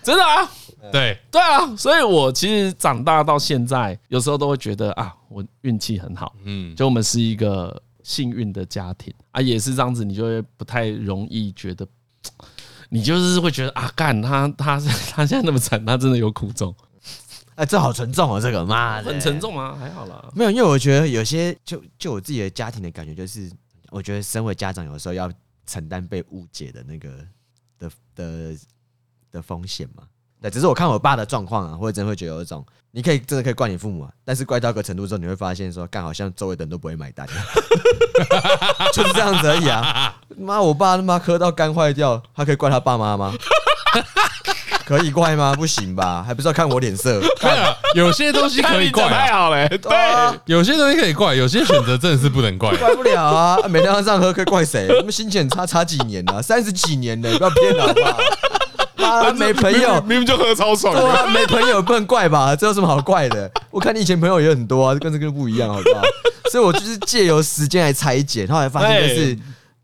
Speaker 1: 真的啊，
Speaker 3: 对，
Speaker 1: 对啊，所以我其实长大到现在，有时候都会觉得啊，我运气很好，
Speaker 3: 嗯，
Speaker 1: 就我们是一个幸运的家庭啊，也是这样子，你就会不太容易觉得。你就是会觉得啊，干他他他现在那么惨，他真的有苦衷，
Speaker 2: 哎，这好沉重哦，这个妈的，
Speaker 1: 很沉。重吗？还好啦，
Speaker 2: 没有，因为我觉得有些就就我自己的家庭的感觉，就是我觉得身为家长，有时候要承担被误解的那个的的的风险嘛。对，只是我看我爸的状况啊，或者真的会觉得有一种，你可以真的可以怪你父母啊，但是怪到一个程度之后，你会发现说，干好像周围的人都不会买单， 就是这样子而已啊。妈，我爸他妈磕到肝坏掉，他可以怪他爸妈吗？ 可以怪吗？不行吧，还不是要看我脸色。
Speaker 3: 对啊，有些东西可以怪啊，
Speaker 1: 好嘞，对
Speaker 2: 啊
Speaker 3: 有些东西可以怪，有些选择真的是不能 怪。
Speaker 2: 怪不了啊！每天晚上喝可以怪谁？他们心情很差差几年了、三十几年了，不要骗了好不好？妈
Speaker 1: 哎
Speaker 2: 的，没朋友，
Speaker 1: 明明就喝超爽
Speaker 2: 对啊，没朋友不能怪吧？这有什么好怪的？我看你以前朋友也很多啊，跟这个不一样，好不好？所以我就是借由时间来裁剪，后来发现就是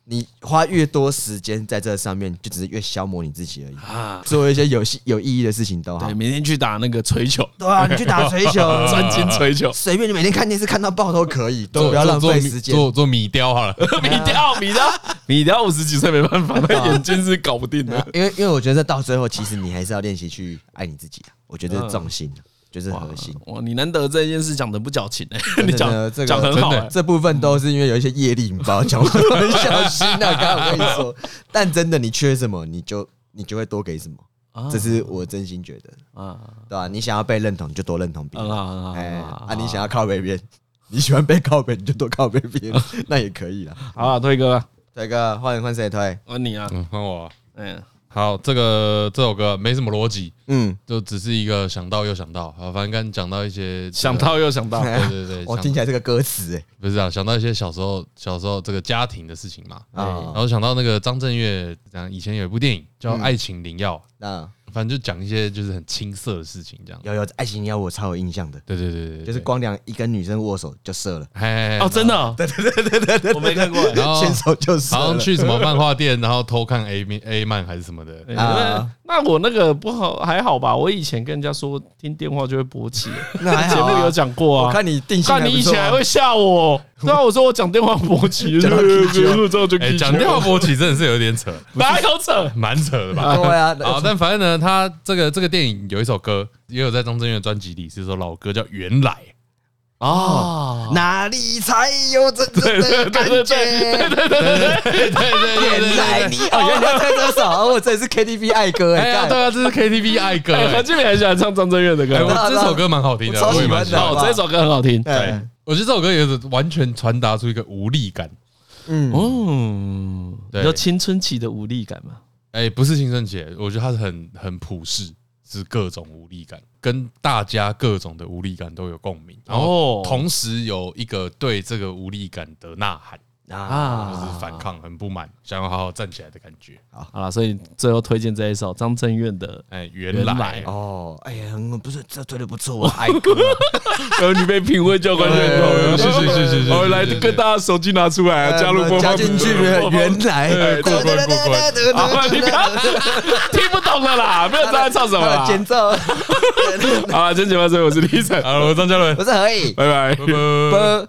Speaker 2: 你花越多时间在这上面，就只是越消磨你自己而已。
Speaker 1: 啊！
Speaker 2: 做一些有戏有意义的事情都好
Speaker 1: 对，，明天去打那个锤球，
Speaker 2: 对啊，你去打锤球，，
Speaker 1: 专精锤球
Speaker 2: 随便你每天看电视看到爆都可以，都
Speaker 3: 做
Speaker 2: 啊不要浪
Speaker 3: 做
Speaker 2: 费
Speaker 3: 米
Speaker 2: 时间。
Speaker 3: 做做米雕好了，
Speaker 1: 米雕米雕， 你聊五十几岁没办法，那眼睛是搞不定的。
Speaker 2: 因为因为我觉得到最后，其实你还是要练习去爱你自己啊。我觉得这是重心啊，就是核心。
Speaker 1: 嗯哇，你难得这件事讲的不矫情哎，你讲
Speaker 2: 真的这个
Speaker 1: 讲很好哎，
Speaker 2: 这部分都是因为有一些业力引爆，讲话都很小心 啊。刚刚我跟你说，但真的你缺什么，你就你就会多给什么。这是我真心觉得，
Speaker 1: 啊，
Speaker 2: 对吧、你想要被认同，你就多认同别
Speaker 1: 很
Speaker 2: 人。
Speaker 1: 好很好
Speaker 2: 哎，
Speaker 1: 很好。
Speaker 2: 啊，你想要靠北边，你喜欢被靠北，你就多靠北边，
Speaker 1: 啊
Speaker 2: 那也可以啦。
Speaker 1: 好了，推哥吧，
Speaker 2: 推哥，换人换谁推？
Speaker 1: 问你啊，
Speaker 3: 嗯，换我啊。
Speaker 1: 嗯，
Speaker 3: 好，这个这首歌没什么逻辑，
Speaker 2: 嗯，
Speaker 3: 就只是一个想到又想到，好，反正刚讲到一些这个
Speaker 1: 想，到又想到，
Speaker 3: 对对对，
Speaker 2: 啊我
Speaker 3: 想
Speaker 2: 哦听起来是个歌词哎。
Speaker 3: 不是啊，想到一些小时候小时候这个家庭的事情嘛，
Speaker 2: 啊
Speaker 3: 然后想到那个张震岳，讲以前有一部电影叫
Speaker 2: 嗯
Speaker 3: 《爱情灵药》，
Speaker 2: 那
Speaker 3: 反正就讲一些就是很青涩的事情，这样。
Speaker 2: 有有爱情要我超有印象的，
Speaker 3: 对对对对对，
Speaker 2: 就是光良一跟女生握手就射了，
Speaker 3: 哎
Speaker 1: 哦，真的哦，对对对对对，我没看过哎。
Speaker 3: 然后
Speaker 2: 牵手就射
Speaker 3: 好像
Speaker 2: 了。
Speaker 3: 去什么漫画店，然后偷看 A 面 A 漫还是什么的，
Speaker 1: 对
Speaker 2: 啊
Speaker 1: 那那我那个不好，还好吧。我以前跟人家说听电话就会勃起，
Speaker 2: 那还
Speaker 1: 节
Speaker 2: 好啊
Speaker 1: 目有讲过啊。
Speaker 2: 我看你定性还
Speaker 1: 但
Speaker 2: 不错啊，
Speaker 1: 你以前还会吓我，对啊，我说我讲电话勃起，
Speaker 2: 讲到
Speaker 1: 就是
Speaker 2: 啤酒
Speaker 1: 就是这样就
Speaker 3: 哎、
Speaker 1: 啤酒
Speaker 3: 讲电话勃起真的是有点扯，
Speaker 1: 哪有扯？
Speaker 3: 蛮扯的吧？
Speaker 2: 对啊，
Speaker 3: 好，但反正呢，他这个这个电影有一首歌，也有在张震岳的专辑里，是一首老歌叫《原 来》。
Speaker 1: 哦，
Speaker 2: 哪里才有真正的感
Speaker 1: 对对对
Speaker 2: 觉？
Speaker 3: 对对对对
Speaker 2: 原来
Speaker 3: 对
Speaker 2: 你哦，原来在这首哦，我这也是 KTV 爱歌
Speaker 3: 对，哎
Speaker 2: 哎，
Speaker 3: 呀，
Speaker 2: 干
Speaker 3: 对啊，这是 KTV 爱歌、
Speaker 1: 哎，
Speaker 3: 哎
Speaker 1: 何俊明很喜欢唱张震岳的歌
Speaker 3: 哎，我
Speaker 1: 吗，
Speaker 3: 这首歌蛮好听的，
Speaker 2: 我超
Speaker 3: 我也
Speaker 2: 喜欢
Speaker 3: 蛮
Speaker 2: 的
Speaker 3: 喜欢
Speaker 1: 哦，这首歌很好听。
Speaker 3: 对
Speaker 2: 哎，
Speaker 3: 我觉得这首歌也是完全传达出一个无力感。
Speaker 2: 嗯，
Speaker 1: 嗯，
Speaker 3: 对
Speaker 1: 有青春期的无力感嘛？
Speaker 3: 哎、不是青春期，我觉得它是很很普世，是各种无力感，跟大家各种的无力感都有共鸣，然后
Speaker 1: 哦
Speaker 3: 同时有一个对这个无力感的呐喊，
Speaker 1: 啊，
Speaker 3: 就是反抗、很不满，想要好好站起来的感觉。
Speaker 1: 好了，所以最后推荐这一首张震岳的
Speaker 3: 哎、原
Speaker 1: 原
Speaker 3: 来
Speaker 1: 来
Speaker 2: 哦，哎呀，很不是这推的不错，啊，爱歌啊，
Speaker 1: 《儿女被品味教官认同》
Speaker 3: 对是是是是是
Speaker 1: 好
Speaker 3: 是
Speaker 1: 来
Speaker 3: 是是
Speaker 1: 跟大家手机拿出来，加入播放
Speaker 2: 加进去，原来
Speaker 3: 哎过关过关
Speaker 1: 好了，你不要听不懂了啦，没有知道在唱什么啦。
Speaker 2: 节奏，
Speaker 1: 好了，今天节目到这里，我是 Lisa，
Speaker 3: 好，我是张嘉伦，
Speaker 2: 我是何以。
Speaker 1: 拜拜。
Speaker 3: 拜拜。
Speaker 2: 啵